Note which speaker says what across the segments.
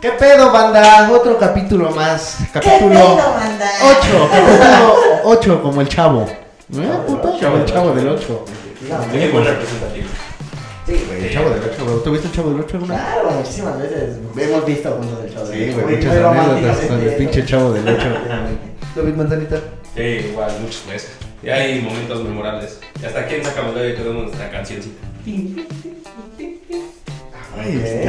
Speaker 1: ¿Qué pedo, banda? Otro capítulo más. Capítulo
Speaker 2: pedo, banda?
Speaker 1: ¿eh? 8. Capítulo 8, como el chavo. ¿Eh, puto? Como el chavo del 8.
Speaker 3: Muy buen representativo.
Speaker 2: Sí,
Speaker 1: El chavo del 8, bro. ¿Tuviste el chavo del 8 alguna vez?
Speaker 2: Claro, muchísimas veces hemos visto juntos el show.
Speaker 1: Sí, güey, muchas anécdotas con el pinche chavo del 8.
Speaker 4: ¿Lo vi, manzanita?
Speaker 3: Sí, igual, muchas veces. Y hay momentos memorables. Y hasta aquí en Sacamelo ya quedó nuestra cancioncita.
Speaker 1: ¿Quién este.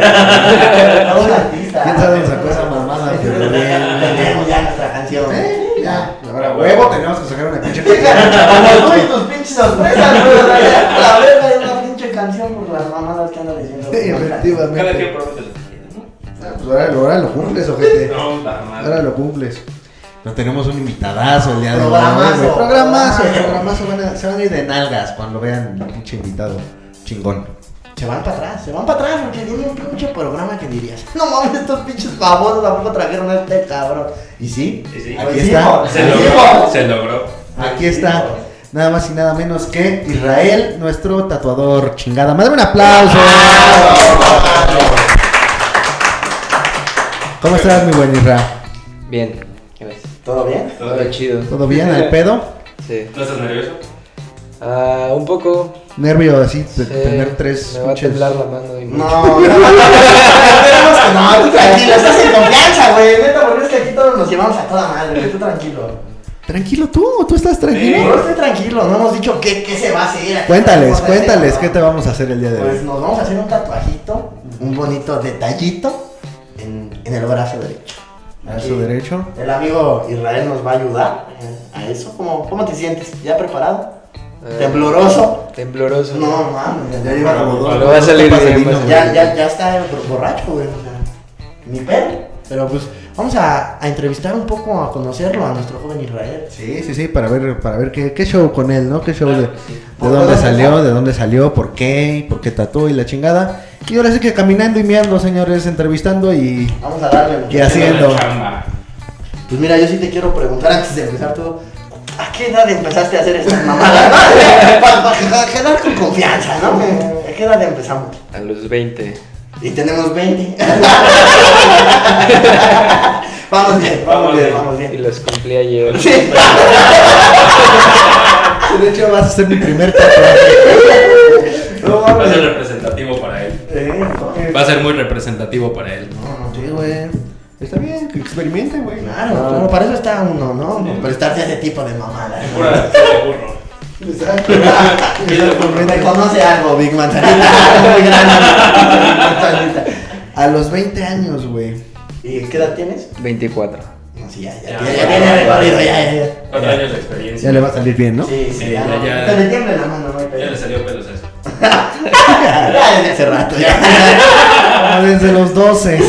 Speaker 2: ¿Quién
Speaker 1: sabe esa cosa mamada? Pero bien,
Speaker 2: Tenemos ya nuestra canción.
Speaker 1: Eh, ya. Ahora, huevo, tenemos que sacar una pinche.
Speaker 2: Como tú y tus pinches sorpresas, güey. o sea, La verga es una pinche canción por las mamadas que andan diciendo.
Speaker 1: Sí,
Speaker 3: Cada quien
Speaker 1: efectivamente.
Speaker 3: promete lo que quiere, ¿no?
Speaker 1: Ah, pues ahora, ahora lo cumples, ojete.
Speaker 3: No, nada
Speaker 1: Ahora
Speaker 3: más.
Speaker 1: lo cumples. No tenemos un invitadazo el día de hoy.
Speaker 2: Programazo.
Speaker 1: güey. Programazo,
Speaker 2: Programazo.
Speaker 1: programazo. Van a- se van a ir de nalgas cuando vean el pinche invitado. Chingón.
Speaker 2: Se van para atrás, se van para atrás porque tiene un pinche programa que dirías. No mames, estos pinches babosos tampoco trajeron a este cabrón. Y sí,
Speaker 3: Sí, sí.
Speaker 2: lo
Speaker 1: Aquí
Speaker 2: hicimos,
Speaker 3: Se
Speaker 2: lo
Speaker 3: logró.
Speaker 2: hicimos.
Speaker 3: Se logró.
Speaker 1: Aquí está. Nada más y nada menos que Israel, nuestro tatuador. Chingada madre, un aplauso.
Speaker 2: Ah,
Speaker 1: Ah, ¿Cómo estás, mi buen Israel?
Speaker 4: Bien, gracias.
Speaker 2: ¿Todo bien?
Speaker 3: ¿Todo bien?
Speaker 4: chido.
Speaker 1: ¿Todo bien al pedo?
Speaker 4: Sí.
Speaker 3: ¿No estás nervioso?
Speaker 4: Ah, un poco.
Speaker 1: Nervio así, de
Speaker 4: sí.
Speaker 1: tener tres
Speaker 4: Me va a
Speaker 1: pinches-
Speaker 4: temblar la mano y
Speaker 2: No, no, no, no, no, tú tranquilo, estás en confianza, güey. Neta, porque es que aquí todos nos llevamos a toda madre, güey. Tú tranquilo.
Speaker 1: Tranquilo tú, tú estás tranquilo.
Speaker 3: Sí.
Speaker 2: Yo estoy tranquilo, no hemos dicho qué, qué se va a hacer. aquí
Speaker 1: Cuéntales,
Speaker 2: vamos a hacer,
Speaker 1: cuéntales,
Speaker 2: ¿no?
Speaker 1: ¿qué te vamos a hacer el día de
Speaker 2: Pues
Speaker 1: hoy?
Speaker 2: nos vamos a hacer un tatuajito, un bonito detallito en, en el brazo derecho.
Speaker 1: A su derecho.
Speaker 2: El amigo Israel nos va a ayudar a eso. ¿Cómo, cómo te sientes? ¿Ya preparado?
Speaker 4: Ah,
Speaker 2: ¿Tembloroso?
Speaker 4: Tembloroso.
Speaker 2: No, mames, ya lleva
Speaker 1: Pero
Speaker 2: como dos.
Speaker 4: va a salir
Speaker 1: pasadito,
Speaker 4: bien, va a
Speaker 1: güey.
Speaker 2: Ya,
Speaker 4: salir
Speaker 2: ya, ya está el bor- borracho, güey. O sea, ni pedo. Pero pues vamos a, a entrevistar un poco, a conocerlo a nuestro joven Israel.
Speaker 1: Sí, sí, sí, para ver, para ver qué, qué show con él, ¿no? ¿Qué show de,
Speaker 3: Claro
Speaker 1: de
Speaker 3: que sí.
Speaker 1: dónde
Speaker 2: ¿Dónde
Speaker 1: salió,
Speaker 2: salió?
Speaker 1: de dónde salió, por qué, y por qué tatuó y la chingada? Y ahora sí que caminando y meando, señores, entrevistando y...
Speaker 2: Vamos a darle.
Speaker 1: ¿Qué haciendo?
Speaker 3: la chamba.
Speaker 2: Pues mira, yo sí te quiero preguntar antes de empezar todo. ¿A qué edad empezaste a hacer estas mamadas? no? Para quedar con confianza, ¿no? ¿A qué edad empezamos?
Speaker 4: A los 20.
Speaker 2: Y tenemos 20. vamos bien, vamos bien, vamos
Speaker 4: Y
Speaker 2: bien.
Speaker 4: los cumplí ayer.
Speaker 2: Sí.
Speaker 1: De hecho, vas a ser mi primer tatuaje.
Speaker 2: No
Speaker 3: Va a
Speaker 2: mames.
Speaker 3: ser representativo para él.
Speaker 2: Eh,
Speaker 3: Va a ser muy representativo para él.
Speaker 2: no.
Speaker 1: Sí, güey. Está bien, que experimente, güey.
Speaker 2: Claro, claro, para eso está uno, ¿no? Para estarse ese tipo de mamadas. ¿no?
Speaker 3: Pura seguro.
Speaker 2: Exacto.
Speaker 1: Exactamente.
Speaker 2: Me conoce algo, Big Manzanita. Muy grande. Big Manzanita.
Speaker 1: A los 20 años, güey.
Speaker 2: ¿Y qué edad tienes?
Speaker 4: 24.
Speaker 2: No, sí, ya, ya, ya,
Speaker 3: Ya,
Speaker 2: ya,
Speaker 3: ya,
Speaker 2: tiene
Speaker 3: ya.
Speaker 2: recorrido, ya, ya, ya.
Speaker 3: Cuatro años de experiencia.
Speaker 1: Ya le va a salir bien, ¿no?
Speaker 2: Sí, sí,
Speaker 3: Sí,
Speaker 2: ya,
Speaker 3: ya,
Speaker 2: no.
Speaker 3: ya.
Speaker 2: Que le tiemble la mano, no hay
Speaker 3: Ya
Speaker 2: pedo.
Speaker 3: le salió pelos a eso.
Speaker 2: Ya desde hace rato, ya.
Speaker 1: Ah, Desde los 12.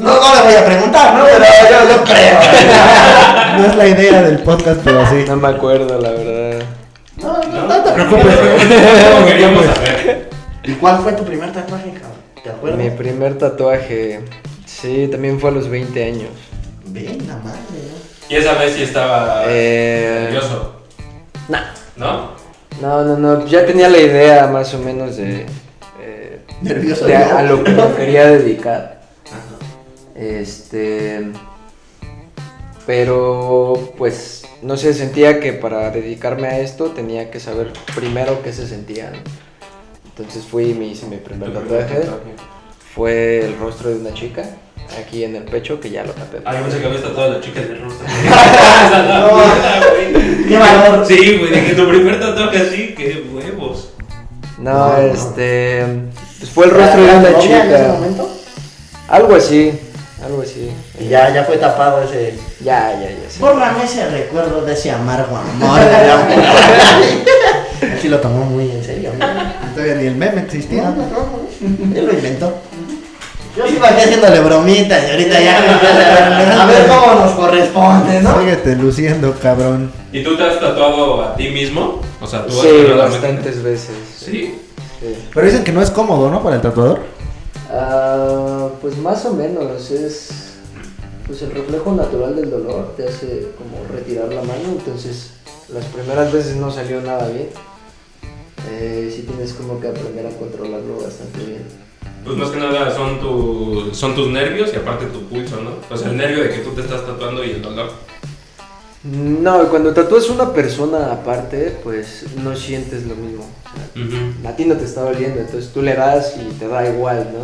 Speaker 2: No, no le voy a preguntar, ¿no? Pero yo, yo creo.
Speaker 1: No es la idea del podcast, pero sí.
Speaker 4: No me acuerdo, la verdad.
Speaker 2: No, no, no te preocupes.
Speaker 3: No queríamos saber.
Speaker 2: ¿Y cuál fue tu primer tatuaje, cabrón? ¿Te
Speaker 4: Mi
Speaker 2: acuerdas?
Speaker 4: primer tatuaje. Sí, también fue a los 20 años.
Speaker 2: Ven, la madre, ¿no?
Speaker 3: Y esa vez sí estaba
Speaker 4: Eh,
Speaker 3: nervioso,
Speaker 4: nah.
Speaker 3: ¿no?
Speaker 4: No, no, no. Ya tenía la idea más o menos de. eh,
Speaker 2: Nervioso.
Speaker 4: de
Speaker 2: yo.
Speaker 4: a lo que me quería dedicar. Este. Pero, pues, no sé, sentía que para dedicarme a esto tenía que saber primero qué se sentía. ¿no? Entonces fui y me hice mi primer
Speaker 3: este.
Speaker 4: tatuaje. Fue el rostro de una chica, aquí en el pecho, que ya lo tapé.
Speaker 3: Ah, yo pensé que había estado las chicas de rostro. no,
Speaker 2: Qué valor.
Speaker 3: Sí, güey, de que tu primer tatuaje así, qué huevos.
Speaker 4: No,
Speaker 2: No, no.
Speaker 4: este. pues fue el rostro de
Speaker 2: ¿Era
Speaker 4: una
Speaker 2: novia en ese
Speaker 4: chica.
Speaker 2: momento?
Speaker 4: Algo así, algo así.
Speaker 2: Y ya, ya fue tapado ese.
Speaker 4: Ya, ya, ya. sí.
Speaker 2: Bórrame ese recuerdo de ese amargo amor. de la- Él sí lo tomó muy en serio. ¿no?
Speaker 1: Todavía ni el meme existía.
Speaker 2: Él lo inventó. Yo sí bajé haciéndole bromitas y ahorita ya me empieza a- a ver cómo nos corresponde, ¿no?
Speaker 1: Síguete luciendo, cabrón.
Speaker 3: ¿Y tú te has tatuado a ti mismo? O sea, tú has
Speaker 4: Sí,
Speaker 3: tatuado a-
Speaker 4: bastantes veces.
Speaker 3: Sí.
Speaker 4: sí.
Speaker 1: Pero dicen que no es cómodo, ¿no? Para el tatuador.
Speaker 4: Ah, pues más o menos, es pues el reflejo natural del dolor, te hace como retirar la mano, entonces las primeras veces no salió nada bien. Eh, sí tienes como que aprender a controlarlo bastante bien.
Speaker 3: Pues más que nada son, tu- son tus nervios y aparte tu pulso, ¿no? O sea, el nervio de que tú te estás tatuando y el dolor.
Speaker 4: No, cuando tatúas una persona aparte, pues no sientes lo mismo. O sea, a ti no te está doliendo, entonces tú le das y te da igual, ¿no?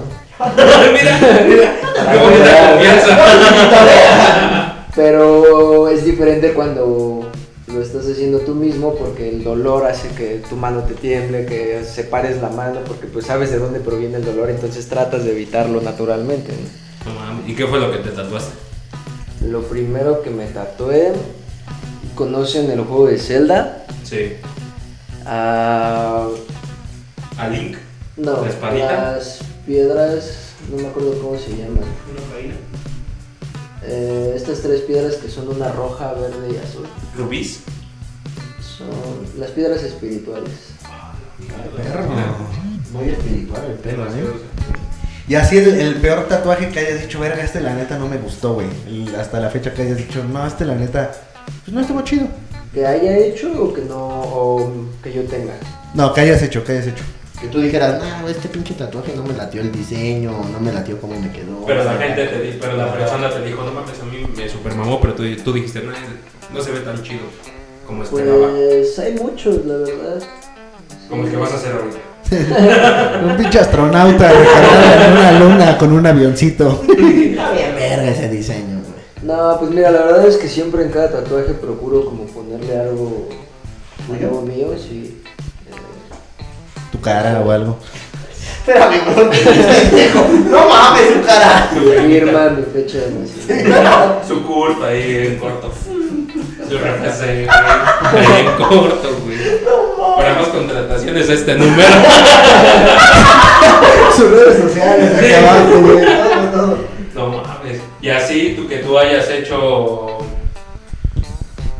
Speaker 3: mira, mira, qué bonita confianza.
Speaker 4: Pero es diferente cuando lo estás haciendo tú mismo porque el dolor hace que tu mano te tiemble, que separes la mano, porque pues sabes de dónde proviene el dolor, entonces tratas de evitarlo naturalmente. ¿no?
Speaker 3: No mames, ¿Y qué fue lo que te tatuaste?
Speaker 4: Lo primero que me tatué, conocen el juego de Zelda.
Speaker 3: Sí.
Speaker 4: Ah,
Speaker 3: ¿A Link?
Speaker 4: no,
Speaker 3: ¿La espadita?
Speaker 4: las piedras, no me acuerdo cómo se llaman. Eh, estas tres piedras que son una roja, verde y azul.
Speaker 3: ¿Rubis?
Speaker 4: Son las piedras espirituales.
Speaker 2: Muy espiritual el pedo, ¿eh?
Speaker 1: Y así el, el peor tatuaje que hayas dicho, verga, este la neta no me gustó, güey. El- Hasta la fecha que hayas dicho, no, este la neta, pues no estuvo chido.
Speaker 4: Que haya hecho o que no, o que yo tenga.
Speaker 1: No, que hayas hecho, que hayas hecho.
Speaker 2: Que tú dijeras, no, este pinche tatuaje no me latió el diseño, no me latió cómo me quedó.
Speaker 3: Pero la gente te dijo, pero la persona te dijo, no mames, a mí me supermamó, pero tú, tú dijiste, no, no se ve tan chido como esperaba.
Speaker 4: Pues hay muchos, la verdad.
Speaker 3: Como el que vas a hacer ahorita.
Speaker 1: Un pinche astronauta recargado en una luna con un avioncito.
Speaker 2: Está bien verga ese diseño, güey.
Speaker 4: No, pues mira, la verdad es que siempre en cada tatuaje procuro como ponerle algo, algo mío, sí. Eh,
Speaker 1: Tu cara o algo.
Speaker 2: Espérame, bro, que pendejo. No mames, su cara.
Speaker 4: mi firma, mi fecha de nacimiento.
Speaker 3: Su curto ahí en corto. Su RFC ahí en corto, güey. Para más contrataciones este número.
Speaker 1: Sus redes sociales acá abajo, güey. Todo, todo.
Speaker 3: No mames. Y así tú que tú hayas hecho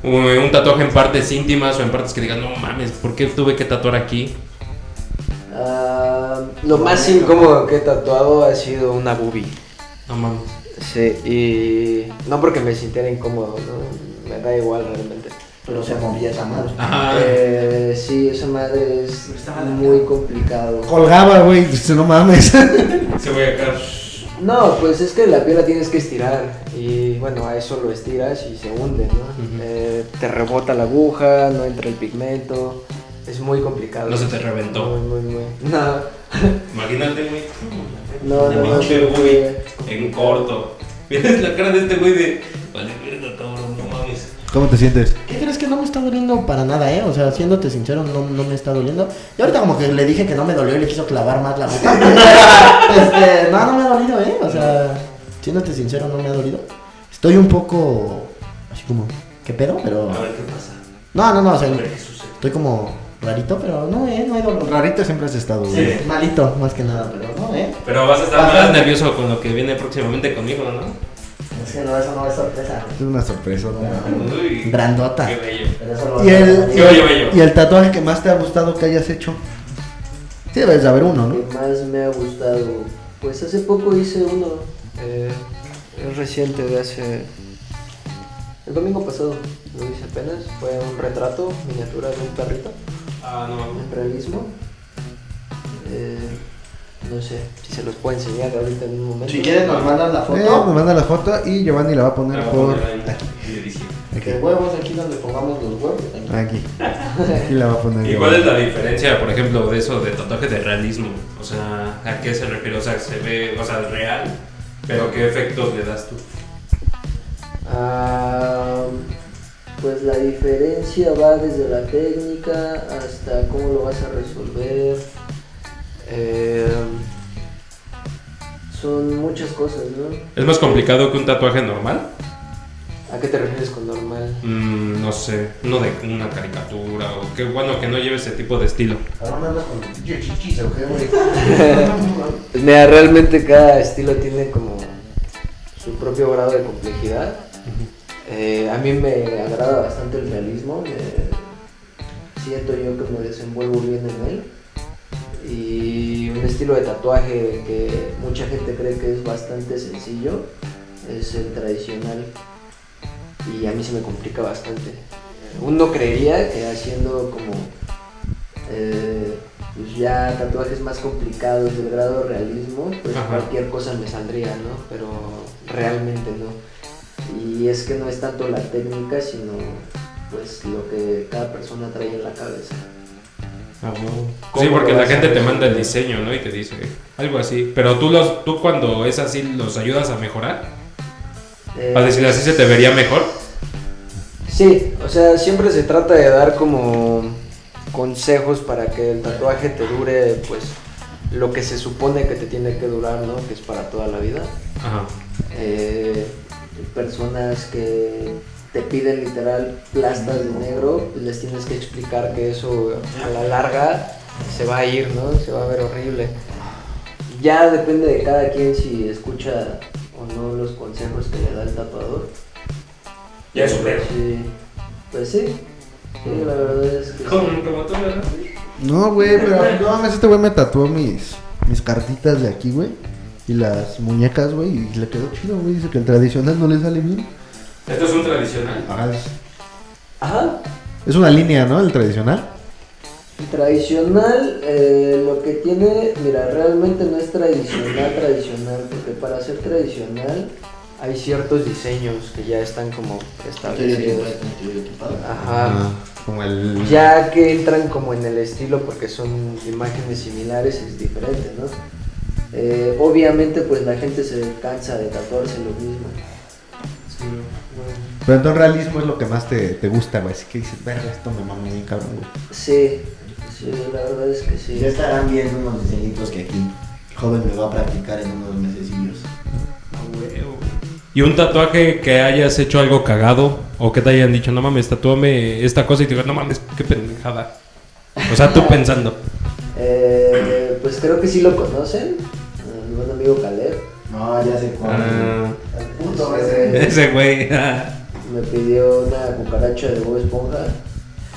Speaker 3: un, un tatuaje en partes íntimas o en partes que digas, no mames, ¿por qué tuve que tatuar aquí?
Speaker 4: Ah, lo más incómodo que he tatuado ha sido una boobie.
Speaker 3: No mames.
Speaker 4: Sí, y no porque me sintiera incómodo, ¿no? me da igual realmente.
Speaker 2: Pero se movía esa madre.
Speaker 3: Ajá.
Speaker 4: Eh, sí, esa madre es muy complicado.
Speaker 1: Colgaba, güey, dice, no mames.
Speaker 3: Se voy a caer.
Speaker 4: No, pues es que la piel la tienes que estirar y bueno, a eso lo estiras y se hunde, ¿no? Eh, te rebota la aguja, no entra el pigmento, es muy complicado.
Speaker 3: No se te reventó.
Speaker 4: Muy, muy, muy. No,
Speaker 3: Imagínate, güey.
Speaker 4: no, no. no,
Speaker 3: Pinche
Speaker 4: no,
Speaker 3: güey.
Speaker 4: eh,
Speaker 3: En corto. Miras la cara de este güey de. Vale, verga, cabrón, no mames.
Speaker 1: ¿Cómo te sientes?
Speaker 2: ¿Qué crees que no me está doliendo para nada, eh? O sea, siéndote sincero, no, no me está doliendo. Y ahorita como que le dije que no me dolió y le quiso clavar más la boca. este, no, no me ha dolido, eh. O sea, siéndote sincero, no me ha dolido. Estoy un poco así como, ¿qué pedo? Pero...
Speaker 3: A ver qué pasa.
Speaker 2: No, no, no, o sea,
Speaker 3: A ver qué sucede.
Speaker 2: estoy como rarito, pero no, eh, no hay dolor.
Speaker 1: Rarito siempre has estado, güey.
Speaker 3: Sí.
Speaker 2: Malito, más que nada, pero no, eh.
Speaker 3: Pero vas a estar más nervioso con lo que viene próximamente conmigo, ¿no?
Speaker 2: Es que no, eso no es sorpresa.
Speaker 1: Es una sorpresa, no mames.
Speaker 3: Uy.
Speaker 2: Grandota.
Speaker 3: Qué bello.
Speaker 2: Pero eso lo-
Speaker 1: Y el,
Speaker 3: Sí, oye, bello.
Speaker 1: y el tatuaje que más te ha gustado que hayas hecho. Sí, debes de haber uno,
Speaker 4: lo
Speaker 1: ¿no?
Speaker 4: que más me ha gustado? Pues hace poco hice uno, eh, es reciente, de hace... El domingo pasado lo hice apenas, fue un retrato, miniatura de un perrito.
Speaker 3: Ah, no mames.
Speaker 4: el realismo. Eh, no sé si se los puedo enseñar ahorita en un momento.
Speaker 2: Si quieres nos mandas la
Speaker 1: Eh,
Speaker 2: foto.
Speaker 1: me manda la foto y Giovanni la va a poner
Speaker 3: Ah,
Speaker 1: por
Speaker 3: bueno, ahí.
Speaker 1: aquí.
Speaker 3: Y dice,
Speaker 2: Que
Speaker 1: Aquí.
Speaker 2: huevos aquí donde pongamos los huevos.
Speaker 1: Aquí. Aquí la va a poner.
Speaker 3: ¿Y cuál es la diferencia, por ejemplo, de eso, de tatuaje de realismo? O sea, ¿a qué se refiere? O sea, se ve, o sea, real, pero ¿qué efectos le das tú?
Speaker 4: Ah, pues la diferencia va desde la técnica hasta cómo lo vas a resolver. Eh, son muchas cosas, ¿no?
Speaker 3: ¿Es más complicado que un tatuaje normal?
Speaker 4: ¿A qué te refieres con normal?
Speaker 3: Mm, no sé, uno de una caricatura, o qué bueno que no lleve ese tipo de estilo.
Speaker 2: Ahora me andas con tu chichis, ¿o qué, güey?
Speaker 4: Pues mira, realmente cada estilo tiene como su propio grado de complejidad. Eh, a mí me agrada bastante el realismo. me- siento yo que me desenvuelvo bien en él. Y un estilo de tatuaje que mucha gente cree que es bastante sencillo es el tradicional. Y a mí se me complica bastante. Uno creería que haciendo como eh, pues ya tatuajes más complicados de grado realismo, pues
Speaker 3: Ajá.
Speaker 4: cualquier cosa me saldría, ¿no? Pero realmente no. Y es que no es tanto la técnica, sino pues lo que cada persona trae en la cabeza.
Speaker 3: Sí,
Speaker 4: Ah, ¿Cómo
Speaker 3: porque
Speaker 4: lo
Speaker 3: la
Speaker 4: vas a
Speaker 3: gente te
Speaker 4: hacer?
Speaker 3: manda el diseño, ¿no? Y te dice algo así. Pero tú, los, tú cuando es así, ¿los ayudas a mejorar?
Speaker 4: Eh,
Speaker 3: ¿A decir así se te vería mejor?
Speaker 4: Sí, o sea, siempre se trata de dar como consejos para que el tatuaje te dure, pues, lo que se supone que te tiene que durar, ¿no? Que es para toda la vida.
Speaker 3: Ajá.
Speaker 4: Eh, personas que te piden literal plastas de negro, pues les tienes que explicar que eso a la larga se va a ir, ¿no? Se va a ver horrible. Ya depende de cada quien si escucha o no los consejos que le da el tapador.
Speaker 3: Ya es un pedo.
Speaker 4: Sí. Pues sí. Sí, la verdad es que. sí.
Speaker 3: ¿Como tú,
Speaker 1: No, güey, pero no mames, este güey me tatuó mis, mis cartitas de aquí, güey. Y las muñecas, güey, y le quedó chido, güey. Dice que el tradicional no le sale bien.
Speaker 3: Esto es un tradicional.
Speaker 1: Ajá, es,
Speaker 4: Ajá.
Speaker 1: es una línea, ¿no? El tradicional.
Speaker 4: Tradicional, eh, lo que tiene, mira, realmente no es tradicional, tradicional, porque para ser tradicional hay ciertos diseños que ya están como establecidos. Ajá.
Speaker 1: Ah, Como el.
Speaker 4: Ah. Ya que entran como en el estilo porque son imágenes similares es diferente, ¿no? Eh, obviamente pues la gente se cansa de tatuarse lo mismo.
Speaker 1: Pero entonces realismo es lo que más te, te gusta, güey. Así que dices, verga, esto me mama bien, cabrón, güey.
Speaker 4: Sí, sí, la verdad es que sí.
Speaker 2: Ya estarán viendo unos diseñitos que aquí el joven me va a practicar en unos mesecillos.
Speaker 3: Y un tatuaje que hayas hecho algo cagado o que te hayan dicho, no mames, tatúame esta cosa y te digo, no mames, qué pendejada. O sea, tú pensando.
Speaker 4: Eh, pues creo que sí lo conocen, eh, mi buen amigo Caleb. Este,
Speaker 2: No, ya sé cuál.
Speaker 3: Ah,
Speaker 2: El puto ese.
Speaker 3: ese güey. ah.
Speaker 4: Me pidió una cucaracha de Bob Esponja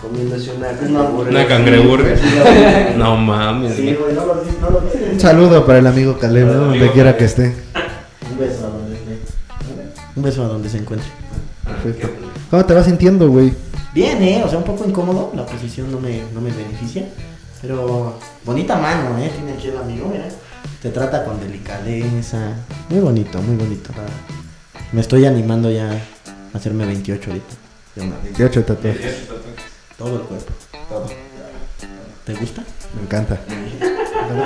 Speaker 4: comiéndose una cangreburger.
Speaker 3: Una cangreburger.
Speaker 2: Sí, güey.
Speaker 3: No mames.
Speaker 2: Sí,
Speaker 3: güey.
Speaker 2: güey, no lo dices, no lo
Speaker 1: Un
Speaker 2: dices.
Speaker 1: saludo para el amigo Caleb,
Speaker 3: Para el
Speaker 1: ¿no?
Speaker 3: amigo
Speaker 1: donde quiera
Speaker 3: Caleb.
Speaker 1: que esté.
Speaker 2: Un beso a donde Un beso a donde se encuentre.
Speaker 1: Perfecto. ¿Cómo te vas sintiendo, güey?
Speaker 2: Bien, eh, o sea, un poco incómodo, la posición no me, no me beneficia, pero bonita mano, eh, tiene aquí el amigo, mira. Te trata con delicadeza, muy bonito, muy bonito. Me estoy animando ya a hacerme 28 ahorita, de una vez.
Speaker 1: 18 tatuajes.
Speaker 2: todo el cuerpo, todo. ¿Te gusta?
Speaker 1: Me encanta.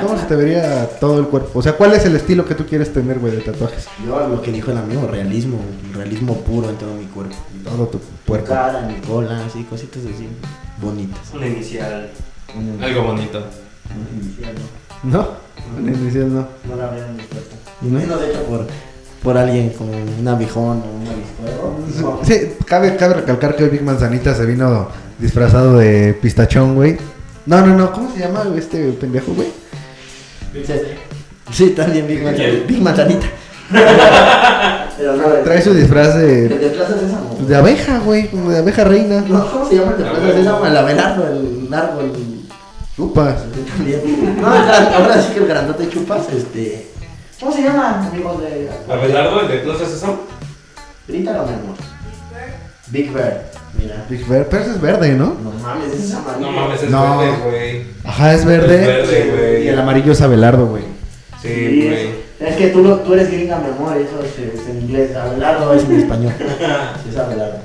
Speaker 1: ¿Cómo se te vería todo el cuerpo? O sea, ¿cuál es el estilo que tú quieres tener, güey, de tatuajes?
Speaker 2: Yo lo que dijo el amigo, realismo, realismo puro en todo mi cuerpo.
Speaker 1: Todo tu
Speaker 2: Por
Speaker 1: cuerpo.
Speaker 2: cara, mi cola, así, cositas así, bonitas.
Speaker 5: Una inicial.
Speaker 3: Algo bonito.
Speaker 1: ¿No? En inicial no.
Speaker 2: No la habían dispuesto.
Speaker 1: ¿No?
Speaker 2: Menos hecho por, por alguien con un abijón o un aviscuero.
Speaker 1: Sí, cabe, cabe recalcar que hoy Big Manzanita se vino disfrazado de pistachón, güey. No, no, no, ¿cómo se llama güey, este pendejo, güey?
Speaker 2: Sí, también Big Manzanita. Big Manzanita.
Speaker 4: Pero no, eh,
Speaker 1: Trae su disfraz
Speaker 2: ¿Te
Speaker 1: de, pues,
Speaker 2: desplazas esa no?
Speaker 1: de abeja, güey, como de abeja reina.
Speaker 2: No, ¿cómo se llama? ¿Te desplazas esa? El abelardo, el árbol.
Speaker 1: Chupas.
Speaker 2: También. No, ahora ahora sí que el grandote chupas, este. ¿Cómo se llama, amigos de.
Speaker 3: Abelardo, el de Plaza Sésamo.
Speaker 2: Grítalo, mi amor. Big Bird. Mira.
Speaker 1: Big Bear, Pero ese es verde, ¿no?
Speaker 2: No mames, ese es amarillo.
Speaker 3: No mames, es
Speaker 1: No.
Speaker 3: verde, güey.
Speaker 1: Ajá, es verde.
Speaker 3: Es verde, güey.
Speaker 1: Y el amarillo es abelardo, güey.
Speaker 3: Sí, güey.
Speaker 2: es, es que tú, lo- tú eres gringa, mi amor, eso es, es en inglés. Abelardo es en español. Sí, es Abelardo.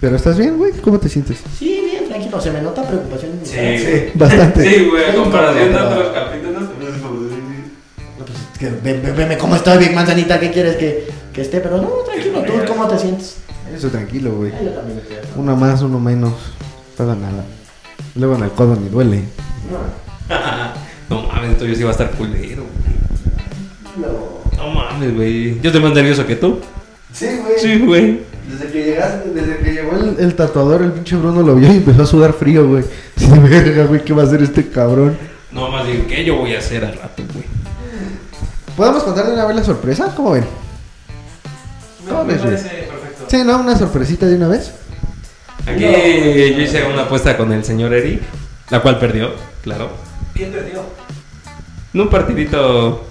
Speaker 1: Pero estás bien, güey. ¿Cómo te sientes?
Speaker 2: Sí, bien, tranquilo. Se me nota preocupación ¿Eh? en mi cara.
Speaker 3: Sí.
Speaker 1: Bastante.
Speaker 3: Sí, güey, a comparación de otros capítulos.
Speaker 2: No, pues, es que ve- ve- veme cómo estoy, Big Manzanita. ¿Qué quieres que, que esté? Pero no, tranquilo. ¿Tú cómo te sientes?
Speaker 1: Eso tranquilo, güey.
Speaker 2: Ah, yo también estoy. acá.
Speaker 1: Una más, uno menos. Pasa nada. Luego en el codo ni duele.
Speaker 2: No,
Speaker 3: No mames, esto yo sí va a estar culero, güey.
Speaker 2: lo-
Speaker 3: No mames, güey. Yo estoy más nervioso que tú.
Speaker 1: Sí, güey.
Speaker 3: Sí, güey.
Speaker 1: Desde que llegaste, desde que llegó el, el tatuador, el pinche Bruno lo vio y empezó a sudar frío, güey. Sí, verga, güey, ¿qué va a hacer este cabrón?
Speaker 3: No más bien, ¿qué yo voy a hacer al rato, güey?
Speaker 1: ¿Podemos contarle una vez la sorpresa? ¿Cómo ven? ¿Cómo ves, güey?
Speaker 5: perfecto.
Speaker 1: Sí, ¿no? Una sorpresita de una vez.
Speaker 3: Aquí yo hice una apuesta con el señor Eric, la cual perdió, claro.
Speaker 5: ¿Quién te dio?
Speaker 3: En un partidito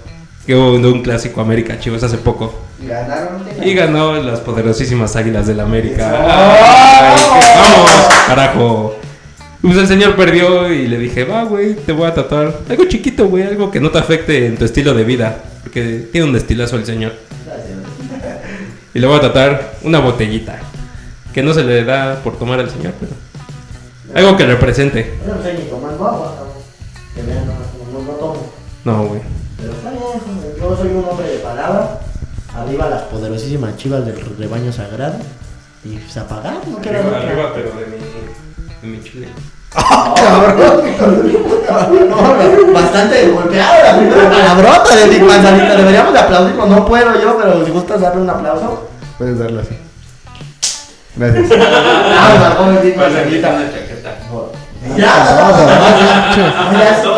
Speaker 3: que hubo de un clásico América Chivas hace poco.
Speaker 2: Ganaron.
Speaker 3: Y ganó las ¡Oh! poderosísimas águilas del América.
Speaker 2: ¡Eso!
Speaker 3: Ay, qué- ¡Vamos! ¡Carajo! Pues el señor perdió y le dije, va, güey, te voy a tatuar. Algo chiquito, güey, algo que no te afecte en tu estilo de vida. Porque tiene un estilazo el señor. Y le voy a tatuar una botellita. Que no se le da por tomar al señor, pero. Algo que represente.
Speaker 2: Yo no sé ni tomar agua, cabrón. Que vean, no, no, no tomo.
Speaker 3: No, güey.
Speaker 2: Pero está bien, joder. yo soy un hombre de palabra. Arriba las poderosísimas chivas del rebaño sagrado. Y se apagar, no queda otra.
Speaker 3: pero de mi, de mi chile.
Speaker 2: No, Bastante golpeado la primera palabrota de Big Manzanita. Deberíamos de aplaudirlo. No puedo yo, pero si gustas darle un aplauso.
Speaker 1: Puedes darla así. Gracias.
Speaker 2: Ah, marcó el Big Manzanita.
Speaker 3: una chaqueta.
Speaker 2: Ya, ya, ya,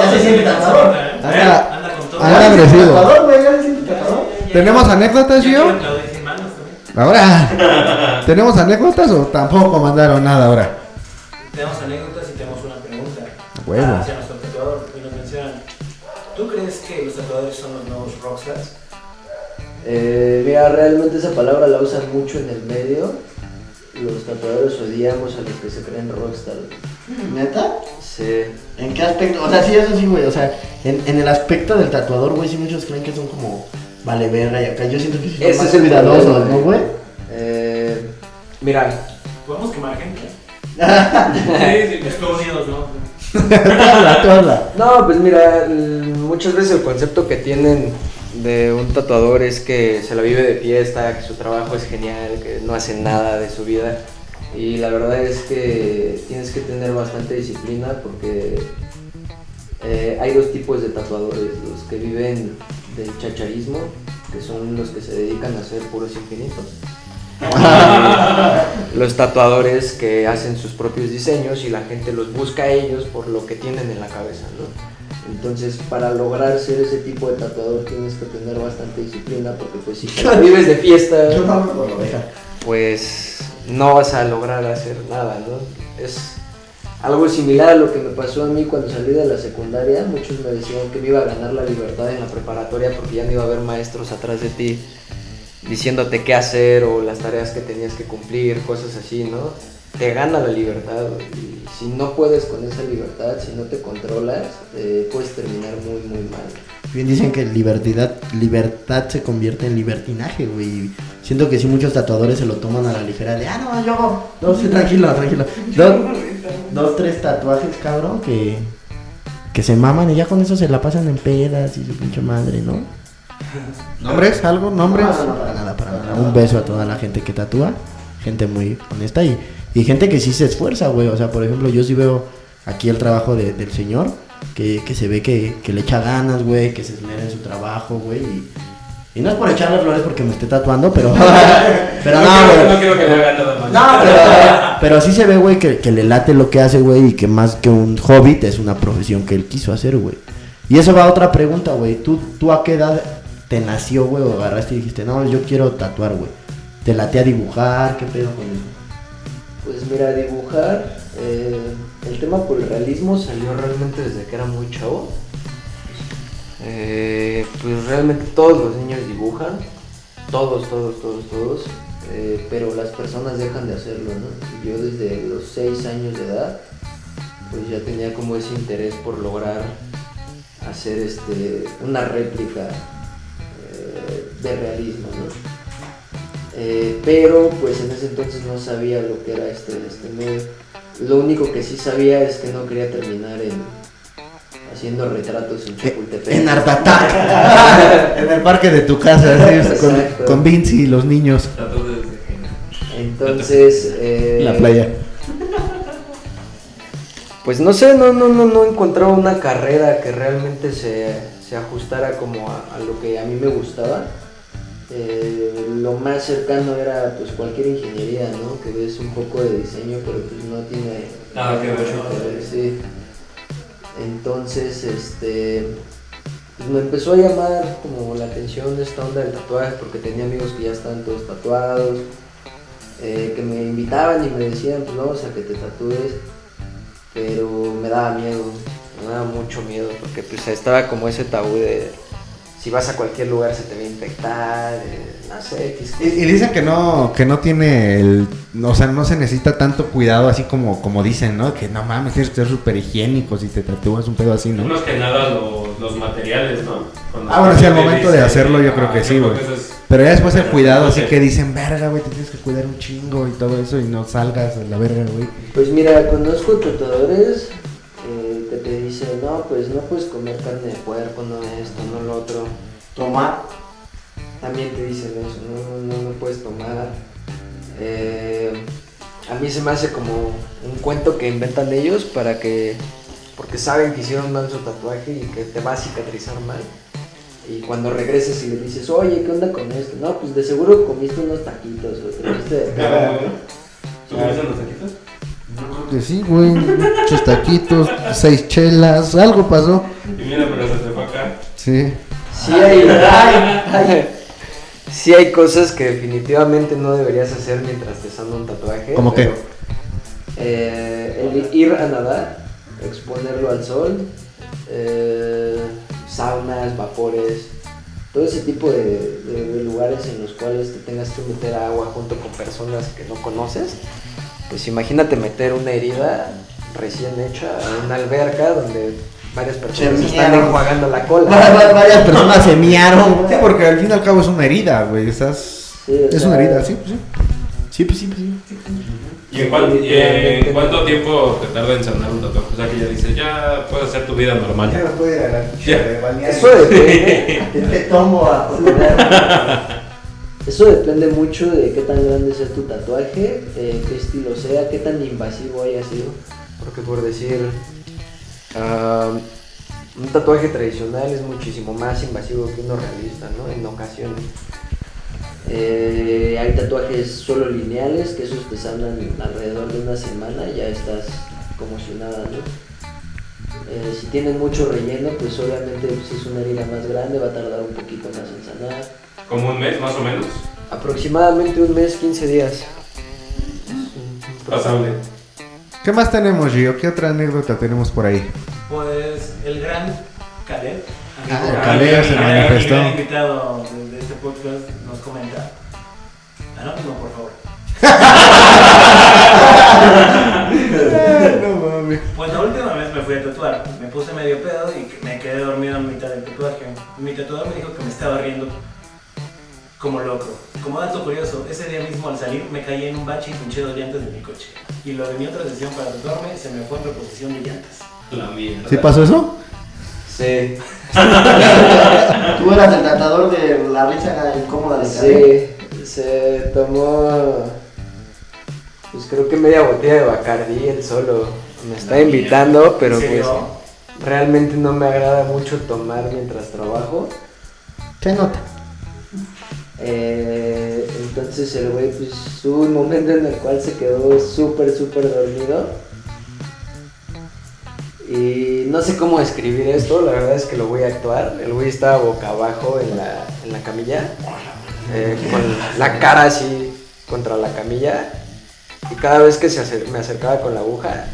Speaker 2: ya se siente tatuador.
Speaker 1: Anda,
Speaker 5: ¿eh? Anda con todo.
Speaker 1: anda
Speaker 2: Ya se siente
Speaker 1: agresivo.
Speaker 2: tatuador, güey, ya se siente tatuador.
Speaker 1: ¿Tenemos anécdotas,
Speaker 5: Yo
Speaker 1: yo?
Speaker 5: quiero aplaudir sin manos también.
Speaker 1: Ahora, ¿tenemos anécdotas o tampoco mandaron nada ahora?
Speaker 5: Tenemos anécdotas y tenemos una pregunta.
Speaker 1: Huevo.
Speaker 5: Hacia nuestro tatuador. Y nos mencionan: ¿Tú crees que los tatuadores son los nuevos rockstars?
Speaker 4: Eh, mira, realmente esa palabra la usan mucho en el medio. Los tatuadores odiamos a los que se creen rockstar.
Speaker 2: ¿Neta?
Speaker 4: Sí.
Speaker 2: ¿En qué aspecto? O sea, sí, eso sí, güey. O sea, en, en el aspecto del tatuador, güey, sí muchos creen que son como vale verga y acá. Yo siento que sí son
Speaker 4: Ese
Speaker 2: más
Speaker 4: es el
Speaker 2: cuidadosos,
Speaker 4: problema,
Speaker 2: ¿no, güey?
Speaker 4: güey. Eh, mira,
Speaker 5: ¿Podemos quemar gente? ¿eh?
Speaker 3: Sí, sí,
Speaker 5: Estuvo unidos, ¿no?
Speaker 2: Toda, toda.
Speaker 4: no, pues mira, l- muchas veces el concepto que tienen de un tatuador es que se la vive de fiesta, que su trabajo es genial, que no hace nada de su vida. Y la verdad es que tienes que tener bastante disciplina porque Eh, hay dos tipos de tatuadores, los que viven del chacharismo, que son los que se dedican a hacer puros infinitos. los tatuadores que hacen sus propios diseños y la gente los busca a ellos por lo que tienen en la cabeza, ¿no? Entonces, para lograr ser ese tipo de tatuador tienes que tener bastante disciplina porque pues si te vives de fiesta,
Speaker 2: Yo no por la oveja.
Speaker 4: pues no vas a lograr hacer nada, ¿no? Es algo similar a lo que me pasó a mí cuando salí de la secundaria. Muchos me decían que me iba a ganar la libertad en la preparatoria porque ya no iba a haber maestros atrás de ti diciéndote qué hacer o las tareas que tenías que cumplir, cosas así, ¿no? Te gana la libertad y si no puedes con esa libertad, si no te controlas, eh, puedes terminar muy, muy mal.
Speaker 2: Bien dicen que libertad, libertad se convierte en libertinaje, güey. Siento que sí muchos tatuadores se lo toman a la ligera de, ah, no, yo hago dos, sí, tranquilo, tranquilo. Dos, dos, tres tatuajes, cabrón, que, que se maman y ya con eso se la pasan en pedas y su pinche madre, ¿no?
Speaker 1: ¿Nombres? ¿Algo? ¿Nombres?
Speaker 2: No, no, no, para nada, para nada. Un beso a toda la gente que tatúa, gente muy honesta y, y gente que sí se esfuerza, güey. O sea, por ejemplo, yo sí veo aquí el trabajo de- del señor, que, que se ve que, que le echa ganas, güey, que se esmera en su trabajo, güey. Y, y no es por echarle flores porque me esté tatuando, pero... pero no,
Speaker 3: quiero-
Speaker 2: güey.
Speaker 3: no quiero que me hagan nada más.
Speaker 2: No, pero, pero sí se ve, güey, que, que le late lo que hace, güey, y que más que un hobbit es una profesión que él quiso hacer, güey. Y eso va a otra pregunta, güey. ¿Tú, ¿Tú a qué edad te nació, güey, o agarraste y dijiste, no, yo quiero tatuar, güey? ¿Te latea dibujar? ¿Qué pedo con eso?
Speaker 4: Pues mira, dibujar, eh, el tema por el realismo salió realmente desde que era muy chavo. Eh, pues realmente todos los niños dibujan, todos, todos, todos, todos, eh, pero las personas dejan de hacerlo, ¿no? Yo desde los 6 años de edad, pues ya tenía como ese interés por lograr hacer este, una réplica eh, de realismo, ¿no? Eh, pero pues en ese entonces no sabía lo que era este, este medio. Lo único que sí sabía es que no quería terminar en haciendo retratos
Speaker 1: Eh,
Speaker 4: en Chapultepec.
Speaker 2: En Art Attack. en el parque de tu casa,
Speaker 1: ¿Nombres?
Speaker 4: Exacto.
Speaker 1: Con, con Vinci y los niños.
Speaker 4: Entonces, eh,
Speaker 1: La playa.
Speaker 4: Pues no sé, no, no, no, no encontraba una carrera que realmente se, se ajustara como a, a lo que a mí me gustaba. Eh, lo más cercano era pues cualquier ingeniería, ¿no? Que ves un poco de diseño, pero pues no tiene
Speaker 3: Nada que ver,
Speaker 4: mucho
Speaker 3: ¿no?
Speaker 4: que ver, sí. Entonces, este, pues, me empezó a llamar como la atención esta onda del tatuaje porque tenía amigos que ya están todos tatuados, eh, que me invitaban y me decían, pues vamos a que te tatúes, pero me daba miedo, me daba mucho miedo porque pues estaba como ese tabú de si vas a cualquier lugar se te va a infectar, eh, no sé, X
Speaker 1: Y, y
Speaker 4: cosas.
Speaker 1: dicen que no, que no tiene el, o sea, no se necesita tanto cuidado así como, como dicen, ¿no? Que no mames, tienes que ser súper higiénico si te tatúas un pedo así, ¿no?
Speaker 6: Menos que nada los, los materiales, ¿no? Cuando
Speaker 1: Ah, bueno, sí, al
Speaker 6: te
Speaker 1: momento de
Speaker 6: dicen,
Speaker 1: hacerlo yo creo
Speaker 6: "Ah,
Speaker 1: que sí, güey.
Speaker 6: que eso es-
Speaker 1: Pero ya después el
Speaker 6: Pero,
Speaker 1: cuidado,
Speaker 6: no
Speaker 1: así
Speaker 6: sé.
Speaker 1: que dicen, verga, güey, te tienes que cuidar un chingo y todo eso y no salgas a la verga, güey.
Speaker 4: Pues mira, conozco tatuadores eh, que te dicen, no, pues no puedes comer carne de puerco, no esto, no lo otro. Tomar, también te dicen eso, no, no, no puedes tomar. Eh, a mí se me hace como un cuento que inventan ellos para que, porque saben que hicieron mal su tatuaje y que te va a cicatrizar mal. Y cuando regreses y le dices, oye, ¿qué onda con esto? No, pues de seguro comiste unos taquitos, o te comiste de
Speaker 6: Claro,
Speaker 4: cara".
Speaker 6: güey. ¿Tú piensas en los taquitos?
Speaker 1: Que sí, güey, muchos taquitos, seis chelas, algo pasó.
Speaker 6: Y mira, pero se te fue acá.
Speaker 1: Sí.
Speaker 4: Sí hay, sí hay cosas que definitivamente no deberías hacer mientras te salen un tataje.
Speaker 1: ¿Cómo
Speaker 4: pero,
Speaker 1: qué?
Speaker 4: eh, el ir a nadar, exponerlo al sol, eh, saunas, vapores, todo ese tipo de, de- de lugares en los cuales te tengas que meter agua junto con personas que no conoces. Pues imagínate meter una herida recién hecha en una alberca donde varias personas están
Speaker 2: miedo.
Speaker 4: enjuagando la cola.
Speaker 2: Va- va- Varias personas se miaron.
Speaker 1: Sí, porque al fin y al cabo es una herida, güey, estás...
Speaker 4: Sí, o
Speaker 1: es
Speaker 4: sea,
Speaker 1: una herida, sí, pues sí.
Speaker 2: Sí, pues sí, pues sí.
Speaker 6: ¿Y en, cuán- y en cuánto tiempo te tarda en sanar un tatuaje? O sea, que ya dices, ya puedes hacer tu vida normal.
Speaker 7: no puedo ir a la
Speaker 6: Ya.
Speaker 7: de balneario.
Speaker 4: Eso depende,
Speaker 2: Te, te tomo a
Speaker 4: eso depende mucho de qué tan grande sea tu tatuaje, eh, qué estilo sea, qué tan invasivo haya sido. Porque por decir, ah, un tatuaje tradicional es muchísimo más invasivo que uno realista, ¿no? En ocasiones. Eh, hay tatuajes solo lineales, que esos te sanan alrededor de una semana y ya estás como si nada, ¿no? Eh, si tienen mucho relleno, pues obviamente si es una herida más grande va a tardar un poquito más en sanar.
Speaker 6: Como un mes más o menos.
Speaker 4: Aproximadamente un mes, 15 días.
Speaker 6: Pasable.
Speaker 1: ¿Qué más tenemos, Gio? ¿Qué otra anécdota tenemos por ahí?
Speaker 5: Pues el gran Caleb.
Speaker 1: Ah,
Speaker 5: amigo-
Speaker 1: Caleb se
Speaker 5: gran
Speaker 1: manifestó.
Speaker 5: invitado de, de este podcast nos comenta. Anónimo, por favor.
Speaker 1: no mames.
Speaker 5: Pues la última vez me fui a tatuar, me puse medio pedo y me quedé dormido a mitad del tatuaje. Mi tatuador me dijo que me estaba riendo como loco. Como dato curioso, ese día mismo al salir me caí en un bache y pinché dos llantas de mi coche. Y lo de mi otra sesión para tatuarme se me fue en reposición de llantas.
Speaker 6: La mierda.
Speaker 1: ¿Sí pasó eso?
Speaker 4: Sí,
Speaker 2: Tú eras el tratador de la risa incómoda de Caleb.
Speaker 4: sí, se tomó. Pues creo que media botella de Bacardí él solo. Me está invitando, pero
Speaker 5: ¿En
Speaker 4: pues
Speaker 5: serio?
Speaker 4: realmente no me agrada mucho tomar mientras trabajo.
Speaker 2: ¿Qué nota?
Speaker 4: Eh, entonces el güey, pues hubo un momento en el cual se quedó súper, súper dormido. Y no sé cómo describir esto, la verdad es que lo voy a actuar. El güey estaba boca abajo en la, en la camilla, eh, con la cara así contra la camilla. Y cada vez que se acer- me acercaba con la aguja,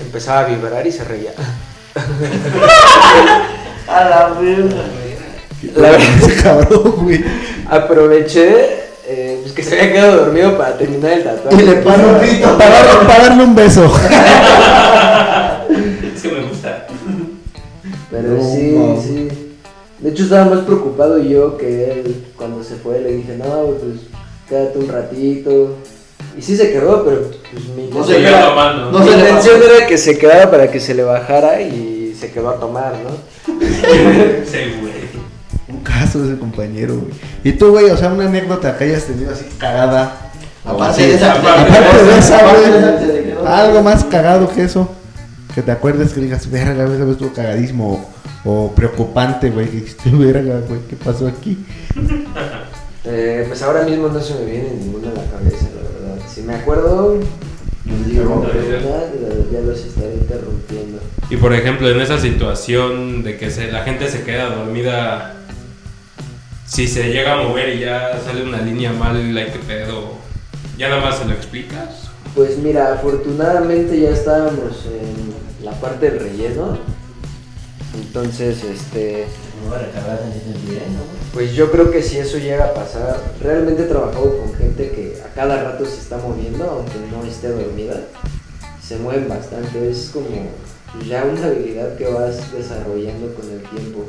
Speaker 4: empezaba a vibrar y se reía.
Speaker 2: A la verga.
Speaker 4: La verdad-
Speaker 1: Ese cabrón, güey.
Speaker 4: aproveché eh, pues, que se había quedado dormido para terminar el tatuaje.
Speaker 2: Y le paro un pito.
Speaker 1: Para, dar- para darle un beso.
Speaker 6: Es que me gusta.
Speaker 4: Pero
Speaker 1: No,
Speaker 4: sí,
Speaker 1: no.
Speaker 4: sí. De hecho estaba más preocupado yo que él cuando se fue. Le dije, no, güey, pues quédate un ratito. Y sí se quedó, pero pues mi
Speaker 2: No
Speaker 4: intención,
Speaker 2: se
Speaker 6: Siguió
Speaker 2: queda-
Speaker 4: era,
Speaker 6: tomando.
Speaker 2: no
Speaker 4: mi
Speaker 2: se le
Speaker 4: intención era que se quedara para que se le bajara y se quedó a tomar, ¿no?
Speaker 6: Sí, güey.
Speaker 1: Un caso de ese compañero, güey. Y tú, güey, o sea, una anécdota que hayas tenido así cagada.
Speaker 2: Aparte de esa,
Speaker 1: Aparte de esa,
Speaker 2: aparte de esa, se le
Speaker 1: güey.
Speaker 2: quedó-
Speaker 1: Algo más cagado que eso. Que te acuerdes que digas, verga, güey, esa vez tu cagadismo o, o preocupante, güey. Que dijiste, verga, güey, ¿qué pasó aquí?
Speaker 4: Eh, pues ahora mismo no se me viene ninguna a la cabeza, la verdad. Si me acuerdo, ya- ya los estaré interrumpiendo.
Speaker 3: Y por ejemplo, en esa situación de que se- la gente se queda dormida, si se llega a mover y ya sale una línea mal, like que pedo, ya nada más se lo explicas.
Speaker 4: Pues mira, afortunadamente ya estábamos en la parte del relleno. Entonces, este,
Speaker 2: Me voy a recargar en el día, ¿no?
Speaker 4: pues yo creo que si eso llega a pasar, realmente he trabajado con gente que a cada rato se está moviendo, aunque no esté dormida, se mueven bastante, es como ya una habilidad que vas desarrollando con el tiempo.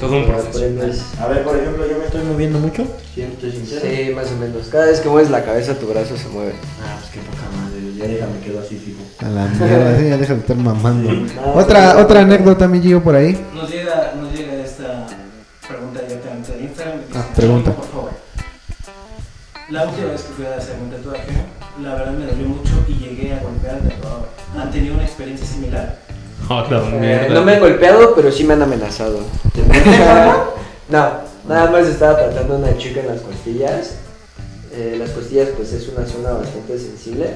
Speaker 6: Todo un
Speaker 4: Que
Speaker 6: proceso.
Speaker 4: aprendes-
Speaker 2: A ver, por ejemplo, yo me estoy moviendo mucho. Siento sincero.
Speaker 4: Sí, más o menos. Cada vez que mueves la cabeza, tu brazo se mueve.
Speaker 2: Ah, pues qué poca madre. Ya déjame quedo así fijo.
Speaker 1: A la mierda, sí, ya deja de estar mamando.
Speaker 4: No,
Speaker 1: otra,
Speaker 4: pero-
Speaker 1: otra anécdota, mi Gio, por ahí.
Speaker 5: Nos llega, nos llega esta pregunta directamente de Instagram.
Speaker 1: Ah, pregunta.
Speaker 5: Por favor. La última vez que fui a hacerme un tatuaje, la verdad me dolió mucho y llegué a golpear al tatuador. ¿Han tenido una experiencia similar?
Speaker 6: Oh, la
Speaker 4: Eh,
Speaker 6: mierda.
Speaker 4: no me han golpeado, pero sí me han amenazado. no, nada más estaba tratando a una chica en las costillas. Eh, las costillas pues es una zona bastante sensible.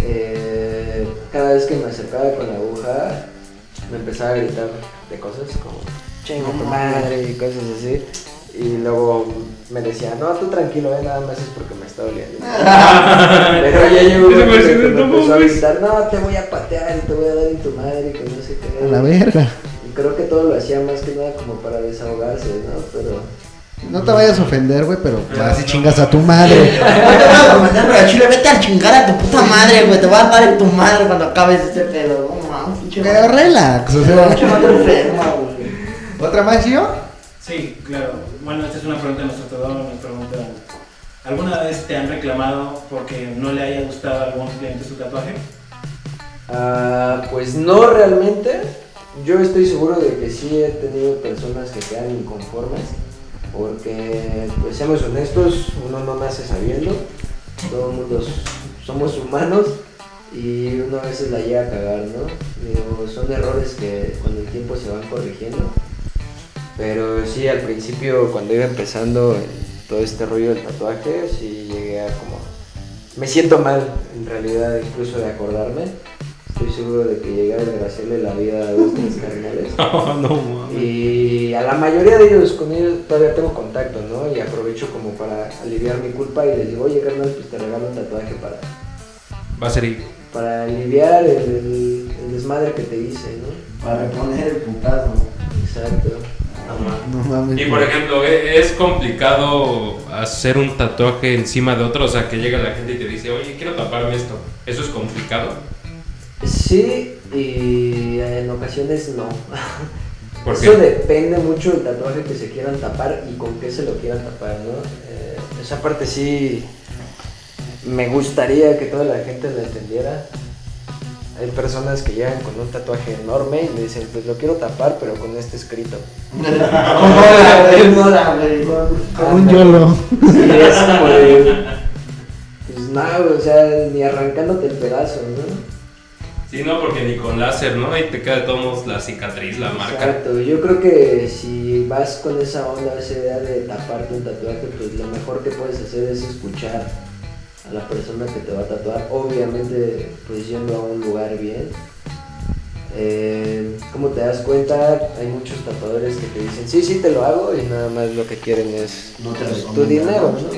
Speaker 4: Eh, cada vez que me acercaba con la aguja me empezaba a gritar de cosas como chinga tu madre y cosas así. Y luego me decía, no, tú tranquilo, eh, nada más es porque me está doliendo. Pero ya llegó un
Speaker 6: Ese
Speaker 4: momento
Speaker 6: güey sí
Speaker 4: que
Speaker 6: no
Speaker 4: me empezó a
Speaker 6: mames.
Speaker 4: gritar, no, te voy a patear y te voy a dar en tu madre y que no sé qué.
Speaker 1: A la verga.
Speaker 4: Y creo que todo lo hacía más que nada como para desahogarse, ¿no? Pero...
Speaker 1: No te vayas a ofender, güey, pero vas y chingas a tu madre.
Speaker 2: No te vas a mandar para Chile, vete a chingar a tu puta madre, güey. Te voy a dar en tu madre cuando acabes este pedo. No mames, pinche
Speaker 1: Pero
Speaker 2: madre.
Speaker 1: relax, o
Speaker 2: Pinche
Speaker 1: sea.
Speaker 2: madre enferma, güey.
Speaker 1: ¿Otra más, Gio?
Speaker 5: Sí, claro. Bueno, esta es una pregunta de nuestro tatuador. Nos pregunta: ¿Alguna vez te han reclamado porque no le haya gustado a algún cliente su tatuaje?
Speaker 4: Ah, pues no realmente. Yo estoy seguro de que sí he tenido personas que quedan inconformes. Porque, pues seamos honestos, uno no nace sabiendo. Todo el mundo s- somos humanos y uno a veces la llega a cagar, ¿no? Digo, son errores que con el tiempo se van corrigiendo. Pero sí, al principio, cuando iba empezando en todo este rollo del tatuaje, sí llegué a como. Me siento mal, en realidad, incluso de acordarme. Estoy seguro de que llegué a desgraciarle la vida a dos de mis carnales.
Speaker 6: Oh, no, mames.
Speaker 4: Y a la mayoría de ellos, con ellos todavía tengo contacto, ¿no? Y aprovecho como para aliviar mi culpa y les digo, oye, carnal, pues te regalo un tatuaje para,
Speaker 6: Va a ser ahí.
Speaker 4: para aliviar el, el- el desmadre que te hice, ¿no?
Speaker 2: Para reponer el putazo.
Speaker 4: Exacto.
Speaker 1: No mames.
Speaker 6: Y por ejemplo, ¿e- ¿es complicado hacer un tatuaje encima de otro? O sea, que llega la gente y te dice, oye, quiero taparme esto. ¿Eso es complicado?
Speaker 4: Sí, y en ocasiones no.
Speaker 6: ¿Por
Speaker 4: Eso
Speaker 6: qué?
Speaker 4: depende mucho del tatuaje que se quieran tapar y con qué se lo quieran tapar, ¿no? Eh, esa parte sí me gustaría que toda la gente la entendiera. Hay personas que llegan con un tatuaje enorme y le dicen, pues lo quiero tapar, pero con este escrito.
Speaker 2: No la
Speaker 1: Como un yolo.
Speaker 4: Sí, es como de, Pues nada, o sea, ni arrancándote el pedazo, ¿no?
Speaker 6: Sí, no, porque ni con láser, ¿no? Ahí te queda de todos modos la cicatriz, la marca.
Speaker 4: Exacto, yo creo que si vas con esa onda, esa idea de taparte un tatuaje, pues lo mejor que puedes hacer es escuchar a la persona que te va a tatuar, obviamente pues yendo a un lugar bien. Eh, como te das cuenta, hay muchos tatuadores que te dicen, sí, sí, te lo hago y nada más lo que quieren es
Speaker 2: No te
Speaker 4: pues, tu
Speaker 2: recomiendan,
Speaker 4: dinero,
Speaker 2: ¿no?
Speaker 4: ¿no?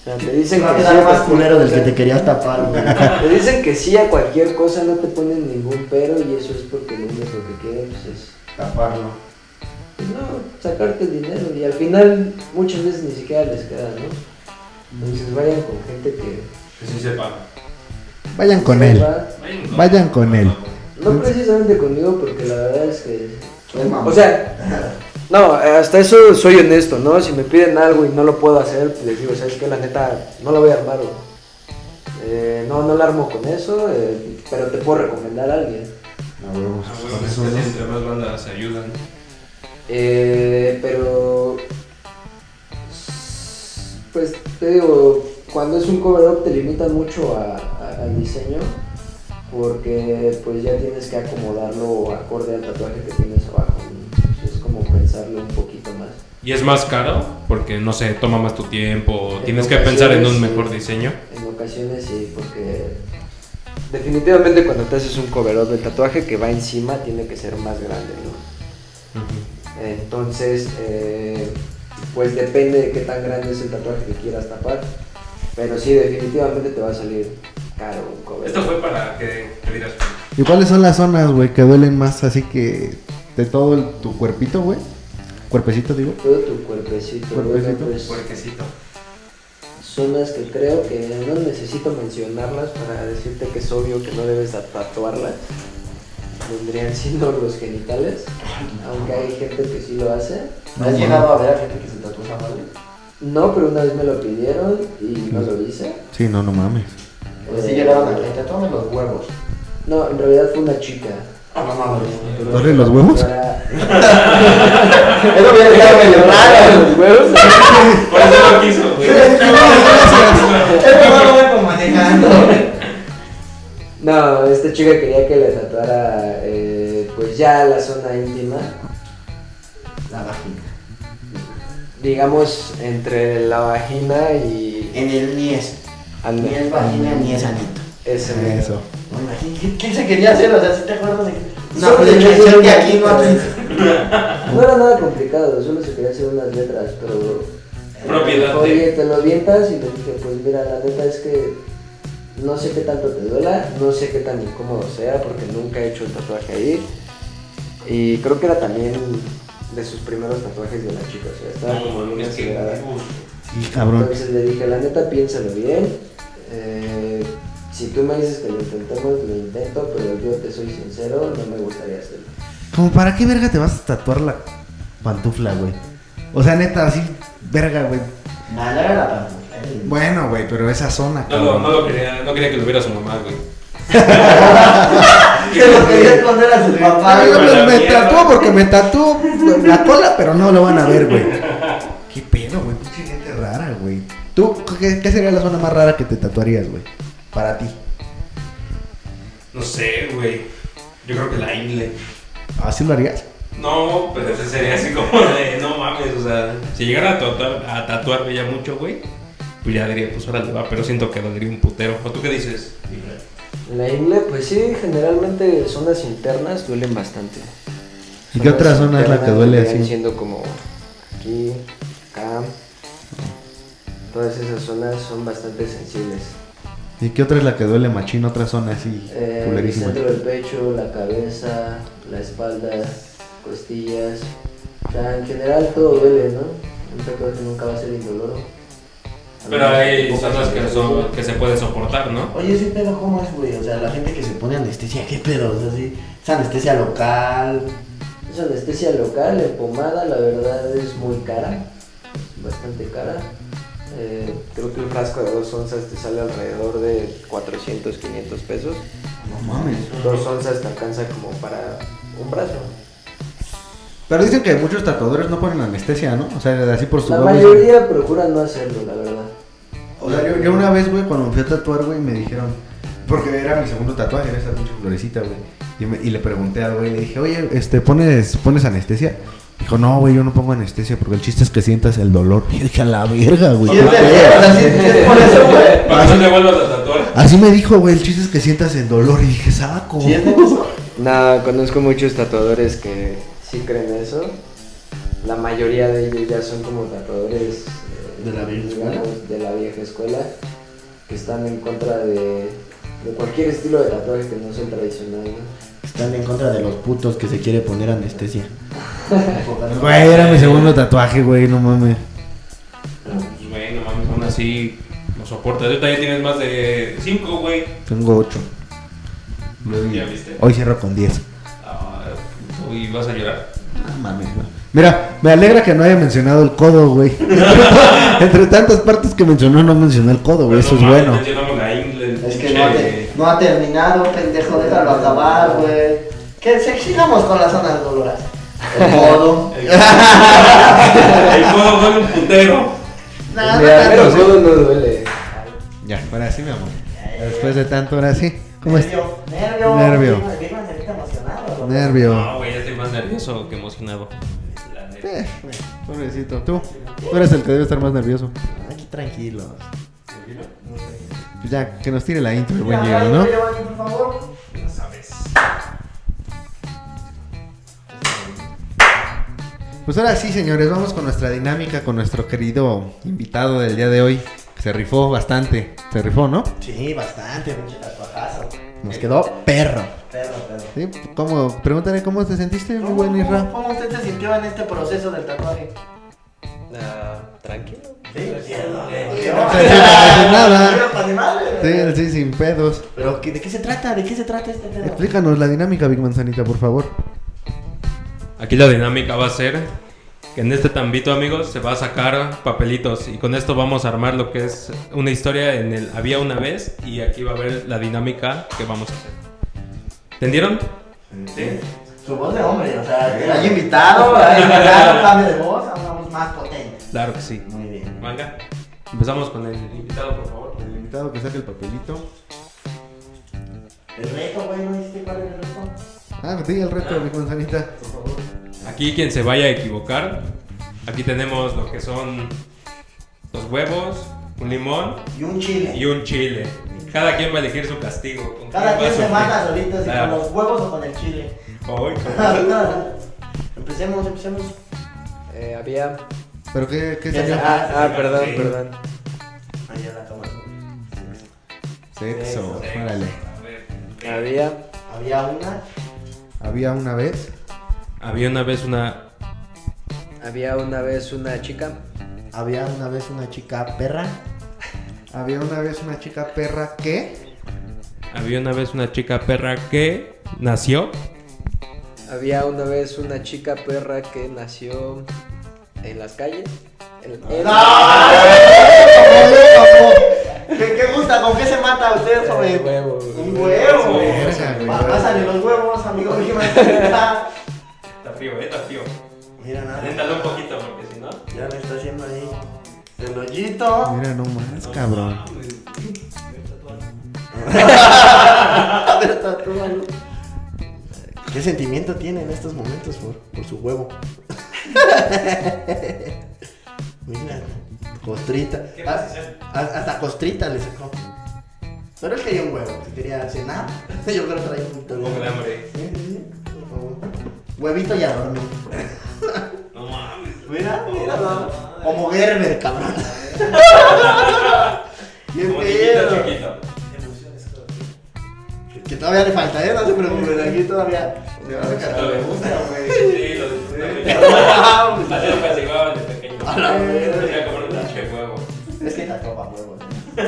Speaker 4: O sea, te dicen que sí, pues,
Speaker 2: quedar más
Speaker 4: te-
Speaker 2: culero del que te querías tapar, güey.
Speaker 4: te dicen que sí a cualquier cosa, no te ponen ningún pero y eso es porque lo único que quieren pues, es
Speaker 2: Taparlo.
Speaker 4: pues no, sacarte el dinero y al final muchas veces ni siquiera les queda, ¿no? Entonces vayan con gente que
Speaker 6: Que sí sepa.
Speaker 1: Vayan con él.
Speaker 4: sepa.
Speaker 6: Vayan con-
Speaker 1: Vayan con él.
Speaker 6: Ah,
Speaker 4: No precisamente conmigo porque la verdad es que...
Speaker 2: Soy mamón.
Speaker 4: O sea, no, hasta eso soy honesto, ¿no? Si me piden algo y no lo puedo hacer, pues les digo, ¿sabes qué? La neta, no la voy a armar, güey. Eh, no, no la armo con eso, eh, pero te puedo recomendar a alguien.
Speaker 6: Ah, bueno, es que sí, entre más bandas se ayudan.
Speaker 4: Eh, pero. Pues te digo, cuando es un cover up te limitan mucho a- a- al diseño porque pues ya tienes que acomodarlo acorde al tatuaje que tienes abajo. ¿no? Entonces, es como pensarlo un poquito más.
Speaker 6: Y es más caro porque, no sé, toma más tu tiempo,
Speaker 4: En
Speaker 6: tienes que pensar en un
Speaker 4: ocasiones,
Speaker 6: mejor
Speaker 4: sí.
Speaker 6: diseño.
Speaker 4: En ocasiones sí, porque definitivamente cuando te haces un cover up, el tatuaje que va encima tiene que ser más grande, ¿no?
Speaker 6: Ujú.
Speaker 4: Entonces, eh, pues depende de qué tan grande es el tatuaje que quieras tapar. Pero sí, definitivamente te va a salir caro un cover.
Speaker 6: Esto fue para que te vieras.
Speaker 1: ¿Y cuáles son las zonas, güey, que duelen más? Así que de todo el- tu cuerpito, güey. Cuerpecito, digo.
Speaker 4: Todo tu cuerpecito, güey,
Speaker 1: Cuerpecito.
Speaker 4: pues,
Speaker 3: Puerquecito.
Speaker 4: son las que creo que no necesito mencionarlas para decirte que es obvio que no debes de tatuarlas. Vendrían siendo los genitales, aunque hay gente que sí lo hace.
Speaker 6: ¿Has llegado a ver a gente que se tatúa esa madre?
Speaker 4: No, pero una vez me lo pidieron y no lo hice.
Speaker 1: Sí, no, no mames.
Speaker 6: O sea, Pues sí llegaron a gente, tatúame los huevos.
Speaker 4: No, en realidad fue una chica.
Speaker 6: Ah, no mames.
Speaker 1: ¿Duelen los huevos?
Speaker 4: Era-
Speaker 6: Eso hubiera estado medio raro.
Speaker 4: los huevos?
Speaker 3: Por eso lo quiso, güey.
Speaker 6: Eso no vengo manejando.
Speaker 4: No, esta chica quería que le tatuara eh, pues ya la zona íntima,
Speaker 6: La vagina.
Speaker 4: digamos entre la vagina y
Speaker 6: En el niés.
Speaker 4: Ande.
Speaker 6: Ni es vagina ni es anito.
Speaker 4: ese mero.
Speaker 1: Eso.
Speaker 6: No imagínate, ¿qué- ¿Quién se quería hacer? O sea, si te acuerdas de
Speaker 4: No, pues, yo creo que aquí no
Speaker 6: aquí.
Speaker 4: No era nada complicado, solo se quería hacer unas letras, pero
Speaker 3: Propiedad
Speaker 4: Oye,
Speaker 3: de.
Speaker 4: te lo avientas y le dije, pues mira, la neta es que no sé qué tanto te duela, no sé qué tan incómodo sea, porque nunca he hecho el tatuaje ahí. Y creo que era también de sus primeros tatuajes de la chica, o sea, estaba
Speaker 3: Ah, Como
Speaker 4: como muy
Speaker 3: lunes que. uh,
Speaker 4: acelerada.
Speaker 1: Sí, cabrón.
Speaker 4: Entonces le dije, la neta, piénsalo bien. eh, si tú me dices que lo intentemos, lo intento, pero yo te soy sincero, no me gustaría hacerlo.
Speaker 1: Como para qué verga te vas a tatuar la pantufla, güey. O sea, neta, así, verga, güey.
Speaker 6: Nada, era la pantufla.
Speaker 1: Bueno, güey, pero esa zona,
Speaker 3: No, lo- no,
Speaker 1: cabrón.
Speaker 3: lo quería, no quería que lo viera su mamá, güey.
Speaker 6: Se lo quería esconder a sus papás.
Speaker 1: Ay,
Speaker 3: güey,
Speaker 1: pues,
Speaker 3: la
Speaker 1: me
Speaker 3: mierda.
Speaker 1: tatuó porque me tatuó la cola, pero no lo van a ver, güey. Qué pedo, güey. Pinche gente rara, güey. ¿Tú qué, qué sería la zona más rara que te tatuarías, güey? Para ti.
Speaker 3: No sé, güey. Yo creo que la ingle.
Speaker 1: ¿Así lo harías?
Speaker 3: No, pero ese sería así como de, no mames, o sea, si llegara a, tatuar, a tatuarme ya mucho, güey, pues ya diría, pues ahora le va, pero siento que dolería un putero. ¿O tú qué dices?
Speaker 4: La ingle, pues sí, generalmente zonas internas duelen bastante.
Speaker 1: ¿Y qué otra zona es la que duele
Speaker 4: Vienen
Speaker 1: así?
Speaker 4: siendo como aquí, acá. Todas esas zonas son bastante sensibles.
Speaker 1: ¿Y qué otra es la que duele machín? Otra zona así,
Speaker 4: Eh, el
Speaker 1: culerísima.
Speaker 4: centro del pecho, la cabeza, la espalda, costillas. O sea, en general todo duele, ¿no? Un tatuaje nunca va a ser indoloro. A
Speaker 3: Pero
Speaker 4: menos
Speaker 3: hay
Speaker 4: que te
Speaker 3: zonas
Speaker 4: pongas
Speaker 3: que,
Speaker 4: en
Speaker 3: son,
Speaker 4: el-
Speaker 3: que se puede soportar, ¿no?
Speaker 6: Oye, ese pedo, ¿cómo es, güey? O sea, la gente que se pone anestesia, ¿qué pedo? O sea, sí. Es anestesia local.
Speaker 4: Es anestesia local, en pomada, la verdad es muy cara, es bastante cara. Eh, creo que el frasco de dos onzas te sale alrededor de 400, 500 pesos.
Speaker 1: No mames.
Speaker 4: Dos onzas te alcanza como para un brazo.
Speaker 1: Pero dicen que muchos tatuadores no ponen anestesia, ¿no? O sea, así por su
Speaker 4: La
Speaker 1: huevo y-
Speaker 4: mayoría procura no hacerlo, la verdad.
Speaker 1: O sea, yo, yo una vez, güey, cuando me fui a tatuar, güey, me dijeron, porque era mi segundo tatuaje, era esa pinche florecita, güey. Y, me- y le pregunté al güey, le dije, oye, este, ¿pones, ¿pones anestesia? Dijo, no, güey, yo no pongo anestesia porque el chiste es que sientas el dolor. Y yo dije, a la verga, güey.
Speaker 6: Sí, es de- o sea, sí- sí es por eso, güey.
Speaker 3: Para que no te vuelvas a tatuar.
Speaker 1: Así me dijo, güey, el chiste es que sientas el dolor. Y dije, saco.
Speaker 6: Sí, es de eso.
Speaker 4: Nada, conozco muchos tatuadores que sí creen eso. La mayoría de ellos ya son como tatuadores eh,
Speaker 6: ¿De la vieja escuela?
Speaker 4: digamos, de la vieja escuela, que están en contra de, de cualquier estilo de tatuaje que no sea el tradicional. ¿no?
Speaker 6: Están en contra de los putos que se quiere poner anestesia.
Speaker 1: Güey, era mi segundo tatuaje, güey, no mames.
Speaker 3: Pues, güey, no mames, aún así lo soportas. Ahorita ya tienes más de 5, güey.
Speaker 1: Tengo ocho. Güey,
Speaker 3: Ya viste.
Speaker 1: Hoy cierro con diez.
Speaker 3: Ah, puto, y vas a llorar.
Speaker 1: Ah, mames, güey. Mira, me alegra que no haya mencionado el codo, güey. Entre tantas partes que mencionó, no mencionó el codo, güey. Eso
Speaker 3: Pero
Speaker 1: es
Speaker 3: no mames,
Speaker 1: bueno.
Speaker 3: mencionamos la ingle,
Speaker 6: Es que
Speaker 3: pinche-
Speaker 6: no ha, te- no ha terminado, pendejo, déjalo acabar, güey. Que se- sigamos con las zonas doloras. El modo.
Speaker 3: El codo duele un putero.
Speaker 6: Nada,
Speaker 4: Mira,
Speaker 6: nada,
Speaker 4: pero
Speaker 6: no.
Speaker 4: todo no duele.
Speaker 1: Ya, ahora sí, mi amor. Después de tanto, ahora sí. ¿Cómo estás?
Speaker 6: Nervio, nervio.
Speaker 1: Nervio.
Speaker 6: Vino- vino Angelita emocionado, güey.
Speaker 1: Nervio.
Speaker 3: No, güey, ya estoy más nervioso que emocionado. La neta.
Speaker 1: Eh, Pobrecito, tú. Tú eres el que debe estar más nervioso.
Speaker 6: Aquí tranquilos.
Speaker 1: Pues Ya, que nos tire la intro, el buen llegado, ¿no?
Speaker 6: por favor.
Speaker 3: Ya sabes.
Speaker 1: Pues ahora sí, señores, vamos con nuestra dinámica con nuestro querido invitado del día de hoy. que Se rifó bastante. Se rifó, ¿no?
Speaker 6: Sí, bastante, mucho tatuajazo.
Speaker 1: Nos quedó perro.
Speaker 6: Perro, perro.
Speaker 1: Sí, ¿cómo? Pregúntale cómo te sentiste, mi buen Isra.
Speaker 6: ¿Cómo usted se sintió en este proceso del tatuaje?
Speaker 4: Ah, tranquilo.
Speaker 6: Sí, sí, no,
Speaker 1: no pensé nada.
Speaker 6: para nada.
Speaker 1: Sí, sí, sin pedos.
Speaker 6: Pero, ¿qué- ¿de qué se trata? ¿De qué se trata este pedo?
Speaker 1: Explícanos la dinámica, Big Manzanita, por favor.
Speaker 3: Aquí la dinámica va a ser que en este tambito, amigos, se va a sacar papelitos y con esto vamos a armar lo que es una historia en el había una vez y aquí va a ver la dinámica que vamos a hacer. ¿Entendieron? Sí.
Speaker 6: Su voz de hombre, o sea, hay invitado, hay invitado, cambio de voz, hablamos más potente.
Speaker 3: Claro que sí.
Speaker 6: Muy bien.
Speaker 3: Manga. Empezamos con el invitado, por favor.
Speaker 1: El invitado que saque el papelito.
Speaker 6: El reto, güey, ¿no dijiste cuál era el reto?
Speaker 1: Ah, sí, el reto, Big Manzanita.
Speaker 3: Aquí quien se vaya a equivocar. Aquí tenemos lo que son los huevos, un limón
Speaker 6: Y un chile.
Speaker 3: y un chile. Cada quien va a elegir su castigo. ¿Con quién va
Speaker 6: Cada
Speaker 3: a
Speaker 6: quien se
Speaker 3: sufrir?
Speaker 6: mata solito, si
Speaker 3: Ah,
Speaker 6: con los huevos o con el chile.
Speaker 3: hoy.
Speaker 6: empecemos, empecemos.
Speaker 4: Eh, había.
Speaker 1: ¿Pero qué, qué
Speaker 6: Ya
Speaker 1: salió?
Speaker 6: se-
Speaker 4: Ah, ah, perdón,
Speaker 3: Sí.
Speaker 4: perdón.
Speaker 6: Ahí en la cámara.
Speaker 1: Sexo. Órale.
Speaker 4: Había.
Speaker 6: Había una.
Speaker 1: Había una vez.
Speaker 3: Había una vez una.
Speaker 4: Había una vez una chica.
Speaker 6: Había una vez una chica perra.
Speaker 1: Había una vez una chica perra que.
Speaker 3: Había una vez una chica perra que nació.
Speaker 4: Había una vez una chica perra que nació en las calles. En- en-
Speaker 6: ¿Qué, ¿Qué gusta? ¿Con qué se mata usted,
Speaker 4: Eh,
Speaker 6: joven?
Speaker 4: huevo.
Speaker 6: Un huevo.
Speaker 1: Verga, güey.
Speaker 6: Pa- Pásale los huevos, amigo. ¿qué más está?
Speaker 3: Está frío, eh, está frío.
Speaker 6: Mira nada.
Speaker 3: Aléntalo un poquito porque si no.
Speaker 6: Ya me está haciendo ahí. El hoyito.
Speaker 1: Mira nomás, cabrón.
Speaker 6: Pero tatúalo. ¿Qué sentimiento tiene en estos momentos por, por su huevo? Mira, costrita. Ah, ah, Hasta costrita le sacó. Pero él quería un huevo, si quería cenar. Yo creo que traía un poquito de
Speaker 3: Tengo
Speaker 6: huevo.
Speaker 3: hambre.
Speaker 6: Sí, sí, sí, por favor. Huevito y adorno.
Speaker 3: No mames.
Speaker 6: Mira, mira, no. Como Gerber, cabrón. Bien
Speaker 3: Como
Speaker 6: pedo.
Speaker 3: chiquito, chiquito.
Speaker 6: Que todavía le falta, ¿eh? No se preocupen, aquí todavía. Se va a sacar.
Speaker 3: Lo
Speaker 6: Me
Speaker 3: de-
Speaker 6: gusta, güey.
Speaker 3: Sí, lo disfruté.
Speaker 6: A
Speaker 3: Así lo castigaba desde pequeño.
Speaker 6: la
Speaker 3: Voy a
Speaker 6: verga.
Speaker 3: comer un pinche huevo.
Speaker 6: Es que tatuó pa' huevos. ¿eh?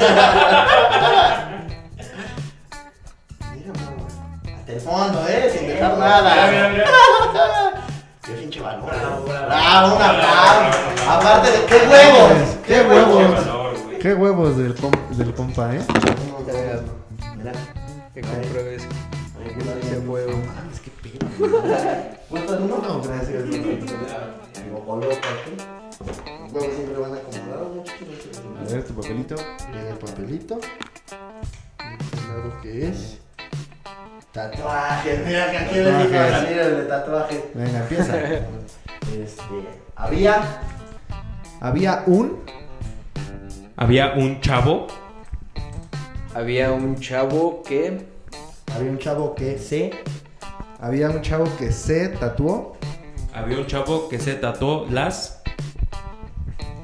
Speaker 6: Mira, mamá. Hasta el fondo, ¿eh? Sin dejar
Speaker 3: Ah, Mira, mira,
Speaker 6: nada.
Speaker 3: mira.
Speaker 6: Qué pinche valor.
Speaker 5: Bravo, bravo.
Speaker 6: Bravo, un aplauso.
Speaker 3: Bravo.
Speaker 6: Aparte de. ¡Qué huevos!
Speaker 1: ¡Qué
Speaker 3: Qué
Speaker 1: huevos!
Speaker 3: valor, güey.
Speaker 1: ¡Qué huevos del, com- del compa, eh!
Speaker 6: Mira.
Speaker 4: Que compruebes.
Speaker 6: Ay, qué maravilla.
Speaker 4: huevo.
Speaker 6: Mames, qué pedo. ¿Cuánto no? No, gracias. Digo, coloca aquí. Los huevos siempre van acomodados,
Speaker 1: A
Speaker 6: muchachos.
Speaker 1: ver, tu papelito.
Speaker 6: Viene el papelito. Claro que es. Tatuajes, mira que aquí le dijo a
Speaker 1: Tatuajes.
Speaker 6: salir el de tatuaje.
Speaker 1: Venga, empieza.
Speaker 6: Este, había,
Speaker 1: Había un.
Speaker 3: Había un chavo.
Speaker 4: Había un chavo que.
Speaker 6: había un chavo que se,
Speaker 1: Había un chavo que se tatuó.
Speaker 3: Había un chavo que se tatuó las.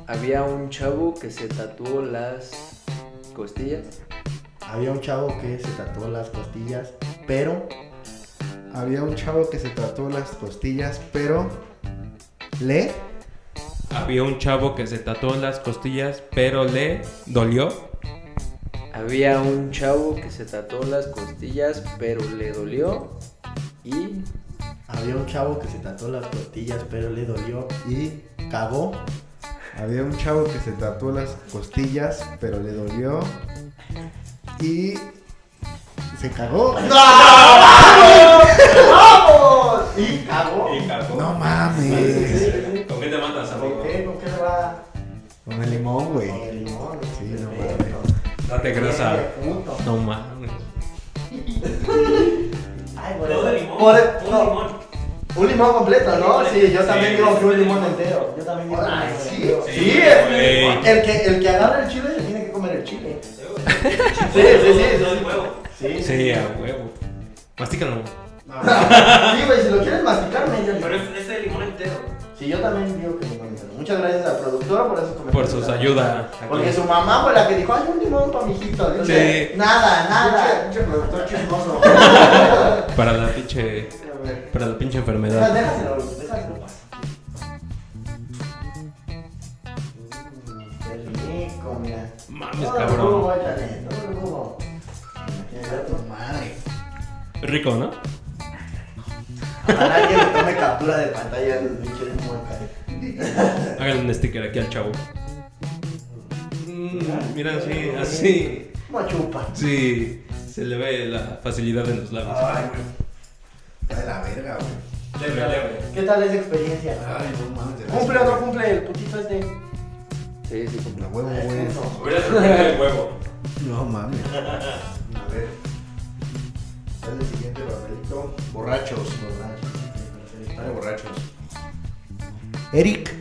Speaker 4: Había un chavo que se tatuó las costillas.
Speaker 6: había un chavo que se tatuó las costillas, pero
Speaker 1: Había un chavo que se tatuó las costillas, pero. ¿Le?
Speaker 3: Había un chavo que se tatuó las costillas, pero le dolió.
Speaker 4: Había un chavo que se tatuó las costillas, pero le dolió. Y
Speaker 6: había un chavo que se tatuó las costillas, pero le dolió y cagó.
Speaker 1: Había un chavo que se tatuó las costillas, pero le dolió. Y. Se cagó.
Speaker 6: ¡Vamos! Y cagó.
Speaker 1: ¡No mames!
Speaker 3: ¿Con qué te matas,
Speaker 6: ¿Con qué? ¿Con qué le va?
Speaker 1: Con el limón, güey.
Speaker 6: Con el limón.
Speaker 1: Sí, no
Speaker 6: perfecto.
Speaker 3: Date grasa.
Speaker 6: Punto.
Speaker 3: No mames.
Speaker 6: Ay, güey.
Speaker 5: Todo de limón.
Speaker 6: Por el-
Speaker 5: Todo
Speaker 6: no,
Speaker 5: de limón.
Speaker 6: Un limón completo, ¿no? Sí, yo también
Speaker 3: Sí,
Speaker 6: digo que un
Speaker 3: sí.
Speaker 6: limón entero. Yo también digo
Speaker 5: Ay,
Speaker 6: que un
Speaker 5: sí.
Speaker 6: limón entero.
Speaker 3: Sí,
Speaker 6: Sí,
Speaker 3: güey.
Speaker 6: el, el que, el que agarra el chile se tiene que comer el chile. Sí, sí, sí.
Speaker 5: Todo
Speaker 6: sí.
Speaker 5: de huevo.
Speaker 6: Sí,
Speaker 3: Sí, a huevo. Mastícalo.
Speaker 6: Sí, güey, si lo quieres masticar, me
Speaker 5: Pero es, es de limón entero.
Speaker 6: Sí, Sí, yo también digo que no mames. Muchas gracias al productor por esos comentarios.
Speaker 3: Por sus ayudas.
Speaker 6: Porque su mamá fue la que dijo, ay, un limón para mi hijito. Entonces,
Speaker 3: Sí.
Speaker 6: Nada, nada.
Speaker 1: Pinche productor chismoso.
Speaker 3: Para la pinche. Para la pinche
Speaker 6: Deja-
Speaker 3: enfermedad.
Speaker 6: Déjaselo, déjaselo pasar. Mm, Qué rico, mira.
Speaker 3: Mames,
Speaker 6: Todo el
Speaker 3: cabrón.
Speaker 6: jugo, échale, todo el jugo. Chinga tu madre.
Speaker 3: Rico, ¿no?
Speaker 6: Ojalá alguien le tome captura de pantalla de los bichos muertos.
Speaker 3: Háganle un sticker aquí al chavo. Mm, mira, así, así.
Speaker 6: Como chupa.
Speaker 3: Sí, se le ve la facilidad en los labios.
Speaker 6: Ay, güey.
Speaker 1: Está de la verga, güey.
Speaker 3: Leve, leve.
Speaker 6: ¿Qué tal esa experiencia?
Speaker 1: Ay, no mames.
Speaker 6: ¿Cumple o no cumple el putito este?
Speaker 4: Sí, sí, como
Speaker 1: La huevo, güey.
Speaker 6: Eso.
Speaker 3: Hubiera sorprendido el huevo.
Speaker 1: No mames. A ver. ¿Cuál es el siguiente papelito? Borrachos. Dale, borrachos. Eric.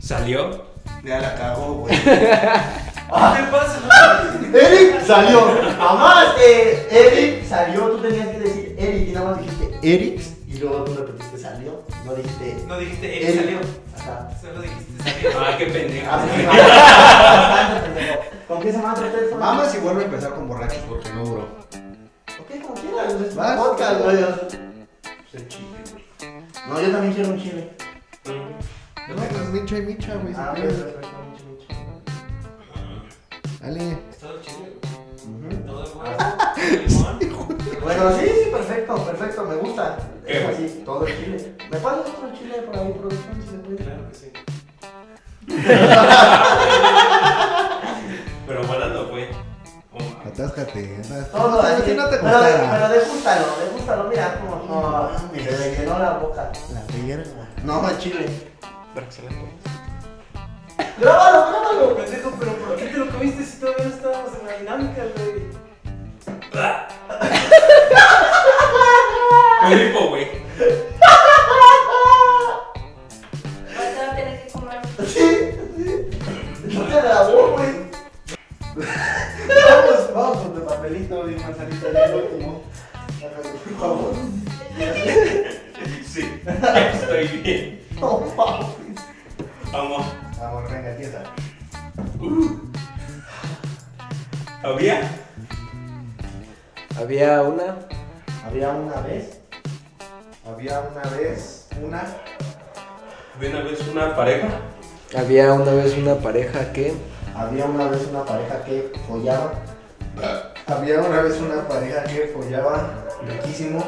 Speaker 3: ¿Salió?
Speaker 1: Ya la cagó, güey.
Speaker 6: Ah.
Speaker 5: ¿Qué te pasa?
Speaker 6: Eric salió. Jamás eh, Eric salió. Tú tenías que decir Eric y nada más dijiste Eric y luego tú repetiste salió. No dijiste
Speaker 5: No dijiste, él salió.
Speaker 6: Ajá.
Speaker 5: Solo dijiste, salió.
Speaker 3: Ah, qué pendejo.
Speaker 6: Bastante, pendejo. ¿Con qué semana traté eso?
Speaker 1: Vamos y vuelve a empezar con borrachos porque no duró.
Speaker 6: Ok, como quieras. es un
Speaker 1: Vas.
Speaker 6: podcast, güey. No, yo también quiero un chile.
Speaker 1: No, pues micha y micha, güey.
Speaker 6: Ah,
Speaker 1: si
Speaker 6: pues,
Speaker 1: quieres. Dale.
Speaker 5: Todo chido.
Speaker 6: Ujú. Ah.
Speaker 5: Todo el limón.
Speaker 6: Bueno, sí, sí, perfecto, perfecto, me gusta.
Speaker 3: ¿Qué,
Speaker 6: Es
Speaker 3: güey?
Speaker 6: así, todo el chile. ¿Me pasas otro chile por ahí, producción, si se puede?
Speaker 5: Claro que sí.
Speaker 3: Pero volando fue.
Speaker 1: Atáscate. atáscate.
Speaker 6: Todo así.
Speaker 1: Si no te
Speaker 6: pero, pero
Speaker 1: gustara.
Speaker 6: degústalo, degústalo, mira como no, se le llenó la boca.
Speaker 1: La verga.
Speaker 6: No, el chile.
Speaker 4: para que se la pongas.
Speaker 6: Grábalo, grábalo.
Speaker 5: Pendejo, pero ¿por qué te lo comiste si todavía no estábamos en la dinámica, güey?
Speaker 3: Un hipo, güey.
Speaker 8: Ahorita va a tener que comer.
Speaker 6: Sí, sí. No te grabó, güey. vamos, vamos con tu papelito y manzanita de el último. Por favor.
Speaker 3: Sí, estoy bien.
Speaker 6: No mames.
Speaker 3: Vamos.
Speaker 6: Vamos, venga, empieza.
Speaker 3: ¿Había?
Speaker 4: Había una,
Speaker 6: Había una vez. Había una vez. Una.
Speaker 3: ¿Había una vez una pareja?
Speaker 4: había una vez una pareja que
Speaker 6: Había una vez una pareja que follaba. Había una vez una pareja que follaba riquísimo.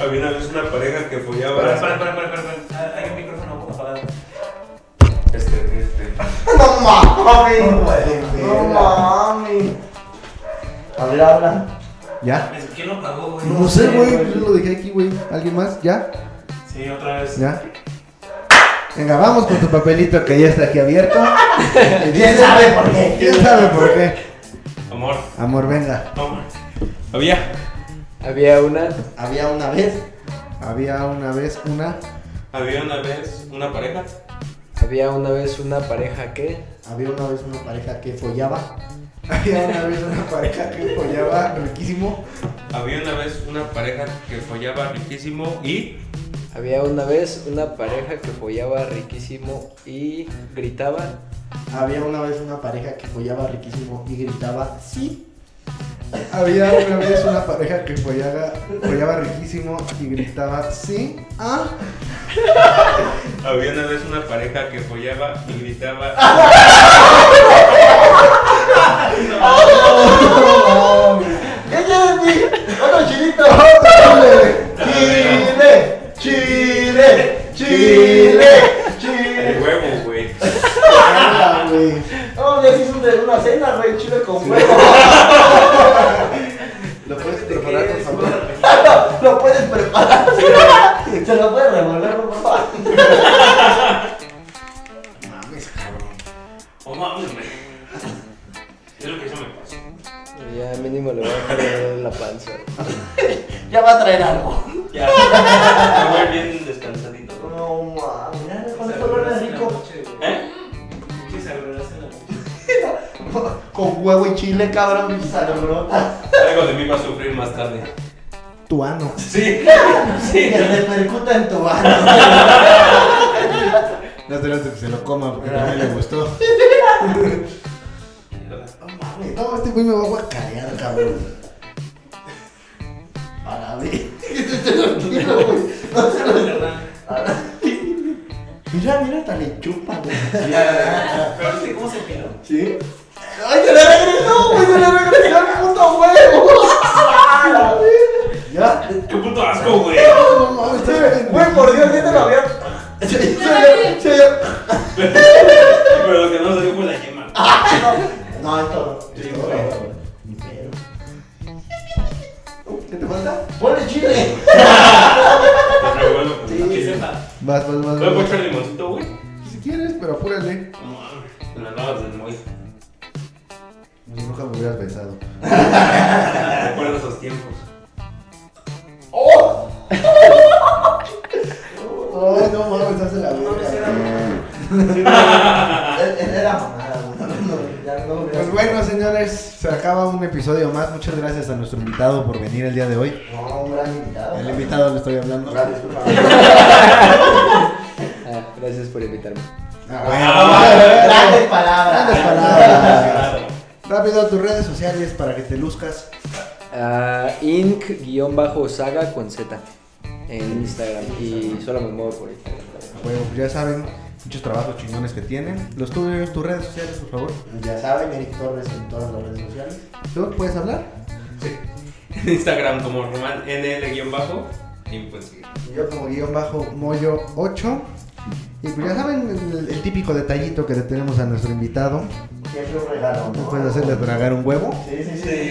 Speaker 3: Había una vez una pareja que
Speaker 5: Para,
Speaker 3: follaba.
Speaker 5: para, para, para, para. Hay un micrófono apagado.
Speaker 3: Este, este.
Speaker 6: No mames,
Speaker 1: güey.
Speaker 6: No mames. A ver, habla.
Speaker 1: ¿Ya?
Speaker 5: ¿Quién lo pagó, güey?
Speaker 1: No sé, güey. Yo lo dejé aquí, güey. ¿Alguien más? ¿Ya?
Speaker 5: Sí, otra vez.
Speaker 1: ¿Ya? Venga, vamos con tu papelito que ya está aquí abierto.
Speaker 6: ¿Quién sabe por qué?
Speaker 1: ¿Quién sabe por qué?
Speaker 3: Amor,
Speaker 1: Amor, venga.
Speaker 3: amor. Había.
Speaker 4: había una,
Speaker 6: Había una vez.
Speaker 1: Había una vez una.
Speaker 3: Había una vez una pareja.
Speaker 4: había una vez una pareja que
Speaker 6: Había una vez una pareja que follaba.
Speaker 1: Había una vez una pareja que follaba riquísimo.
Speaker 3: Había una vez una pareja que follaba riquísimo y.
Speaker 4: había una vez una pareja que follaba riquísimo y gritaba.
Speaker 6: Había una vez una pareja que follaba riquísimo y gritaba sí.
Speaker 1: Había una vez una pareja que follaba, follaba riquísimo y gritaba sí. Ah.
Speaker 3: Había una vez una pareja que follaba y gritaba.
Speaker 6: ¿Qué quieres, mi? Otro chilito. Chile, chile, chile,
Speaker 3: El
Speaker 6: chile.
Speaker 3: huevo, güey.
Speaker 6: Ah, güey. No, ya hizo de una cena, güey, chile con huevo.
Speaker 1: Lo puedes preparar con favor.
Speaker 6: Lo puedes preparar. Se lo puedes revolver, por favor.
Speaker 1: Mames, cabrón.
Speaker 3: Oh, mames, güey. Es lo que yo me pasó.
Speaker 4: Ya mínimo le voy a poner la panza.
Speaker 6: Ya va a traer algo.
Speaker 3: Ya. Ya voy bien descansadito. güey.
Speaker 6: No, mames. Mira, con
Speaker 5: Se
Speaker 6: esto lo
Speaker 5: arruinaste la
Speaker 6: rico.
Speaker 5: noche, güey.
Speaker 3: ¿Eh?
Speaker 5: Sí, se arruinaste la noche.
Speaker 6: Con huevo y chile, cabrón, y salabrotas.
Speaker 3: Algo de mí va a sufrir más tarde.
Speaker 1: Tu ano.
Speaker 3: Sí.
Speaker 6: Que repercuta en tu mano.
Speaker 1: No te late que se lo coma porque a mí le gustó. No mames, no, este güey me va a guacarear, cabrón. Para mí.
Speaker 6: Mira, mira, hasta le chupa, güey.
Speaker 5: Pero viste cómo se piró.
Speaker 6: ¿Sí? ¡Ay, se le regresó, güey! ¡Se le regresó el puto huevo! ¡A la verga! ¿Ya?
Speaker 5: ¡Qué puto asco, güey!
Speaker 6: No, no, no, este- Güey, por Dios, ya te lo había... Se- se- se- se-
Speaker 5: Pero lo que no salió fue la yema.
Speaker 6: No, esto no.
Speaker 5: Sí,
Speaker 6: Esto
Speaker 5: güey.
Speaker 6: no. Ni pedo. ¿Qué te falta? ¡Ponle chile!
Speaker 5: Pero bueno, pues,
Speaker 6: Sí.
Speaker 5: que sepa.
Speaker 1: Vas, vas, vas.
Speaker 5: ¿Puedo
Speaker 1: vas.
Speaker 5: echar limoncito, güey?
Speaker 1: Si quieres, pero apúrale.
Speaker 5: No
Speaker 3: ah,
Speaker 5: mames. En las lavas del moy.
Speaker 1: Nunca me hubieras pensado.
Speaker 5: Recuerdo esos tiempos.
Speaker 6: Ay, no mames, hace la verga. Era mamada, güey. No, ya no,
Speaker 1: Pues bueno, señores, se acaba un episodio más. Muchas gracias a nuestro invitado por venir el día de hoy.
Speaker 6: No, un gran invitado.
Speaker 1: El invitado le estoy hablando.
Speaker 6: Gran disculpa.
Speaker 4: Ah, gracias por invitarme.
Speaker 1: Ah,
Speaker 6: Ah, Grandes palabras.
Speaker 1: Grandes palabras. Rápido, tus redes sociales para que te luzcas.
Speaker 4: Ah, Inc-saga con Z en Instagram. Y solo me muevo por Instagram.
Speaker 1: Bueno, pues ya saben, muchos trabajos chingones que tienen. Los tuyos, tus redes sociales, por favor.
Speaker 6: Ya saben, Eric Torres en todas las redes sociales.
Speaker 1: ¿Tú puedes hablar?
Speaker 3: En Instagram como Román NL-bajo. Y pues, me pueden seguir.
Speaker 1: Y Yo como guión bajo Moyo 8. Y pues ya saben el, el típico detallito que le tenemos a nuestro invitado.
Speaker 6: Que es un regalo, ¿no?
Speaker 1: Después de hacerle tragar un huevo.
Speaker 6: Sí, sí, sí.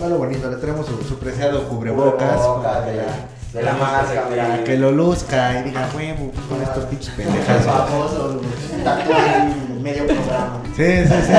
Speaker 1: No lo bonito, le traemos su, su preciado cubrebocas.
Speaker 6: Cubrebocas, de la- pues, De la máscara,
Speaker 1: Para que lo luzca y diga, huevo, pues, con estos pinches pendejazos.
Speaker 6: Famoso, tatuaje medio programa.
Speaker 1: Sí, sí, sí.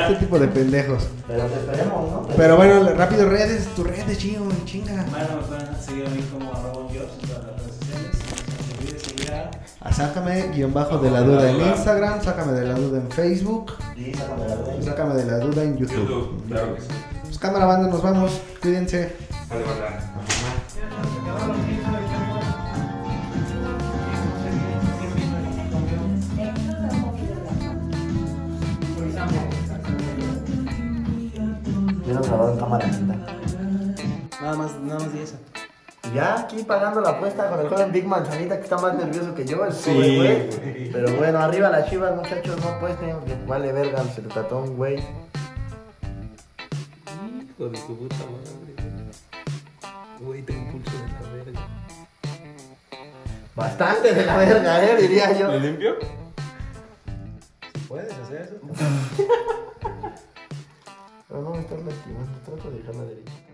Speaker 1: Este tipo de pendejos.
Speaker 6: Pero te esperemos, ¿no?
Speaker 1: Pero bueno, rápido redes, tus redes, chingo, chinga.
Speaker 5: Bueno, me pueden seguir a mí como arroba jobs en todas las redes sociales. No se olviden seguir a
Speaker 1: A Ah, Sácame guión bajo de la duda en Instagram, sácame de la duda en Facebook,
Speaker 6: Sí, sácame la duda.
Speaker 1: sácame de la duda en YouTube.
Speaker 3: YouTube, claro que sí.
Speaker 1: Pues cámara banda, nos vamos, cuídense.
Speaker 3: Vale, vale.
Speaker 6: Quiero grabar en cámara lenta.
Speaker 9: Nada más, nada más de eso.
Speaker 6: Ya aquí pagando la apuesta con el joven Big Manzanita que está más nervioso que yo, el
Speaker 3: Sí,
Speaker 6: pobre güey. Pero bueno, arriba las chivas, muchachos, no apuesten, que vale verga, se lo trató un güey.
Speaker 3: Hijo de tu puta madre. Güey, te impulso de la verga.
Speaker 6: Bastante de la verga, eh, diría yo.
Speaker 3: ¿Me limpio?
Speaker 6: ¿Puedes hacer eso? no, no me estás lastimando, trato de dejarla derecha.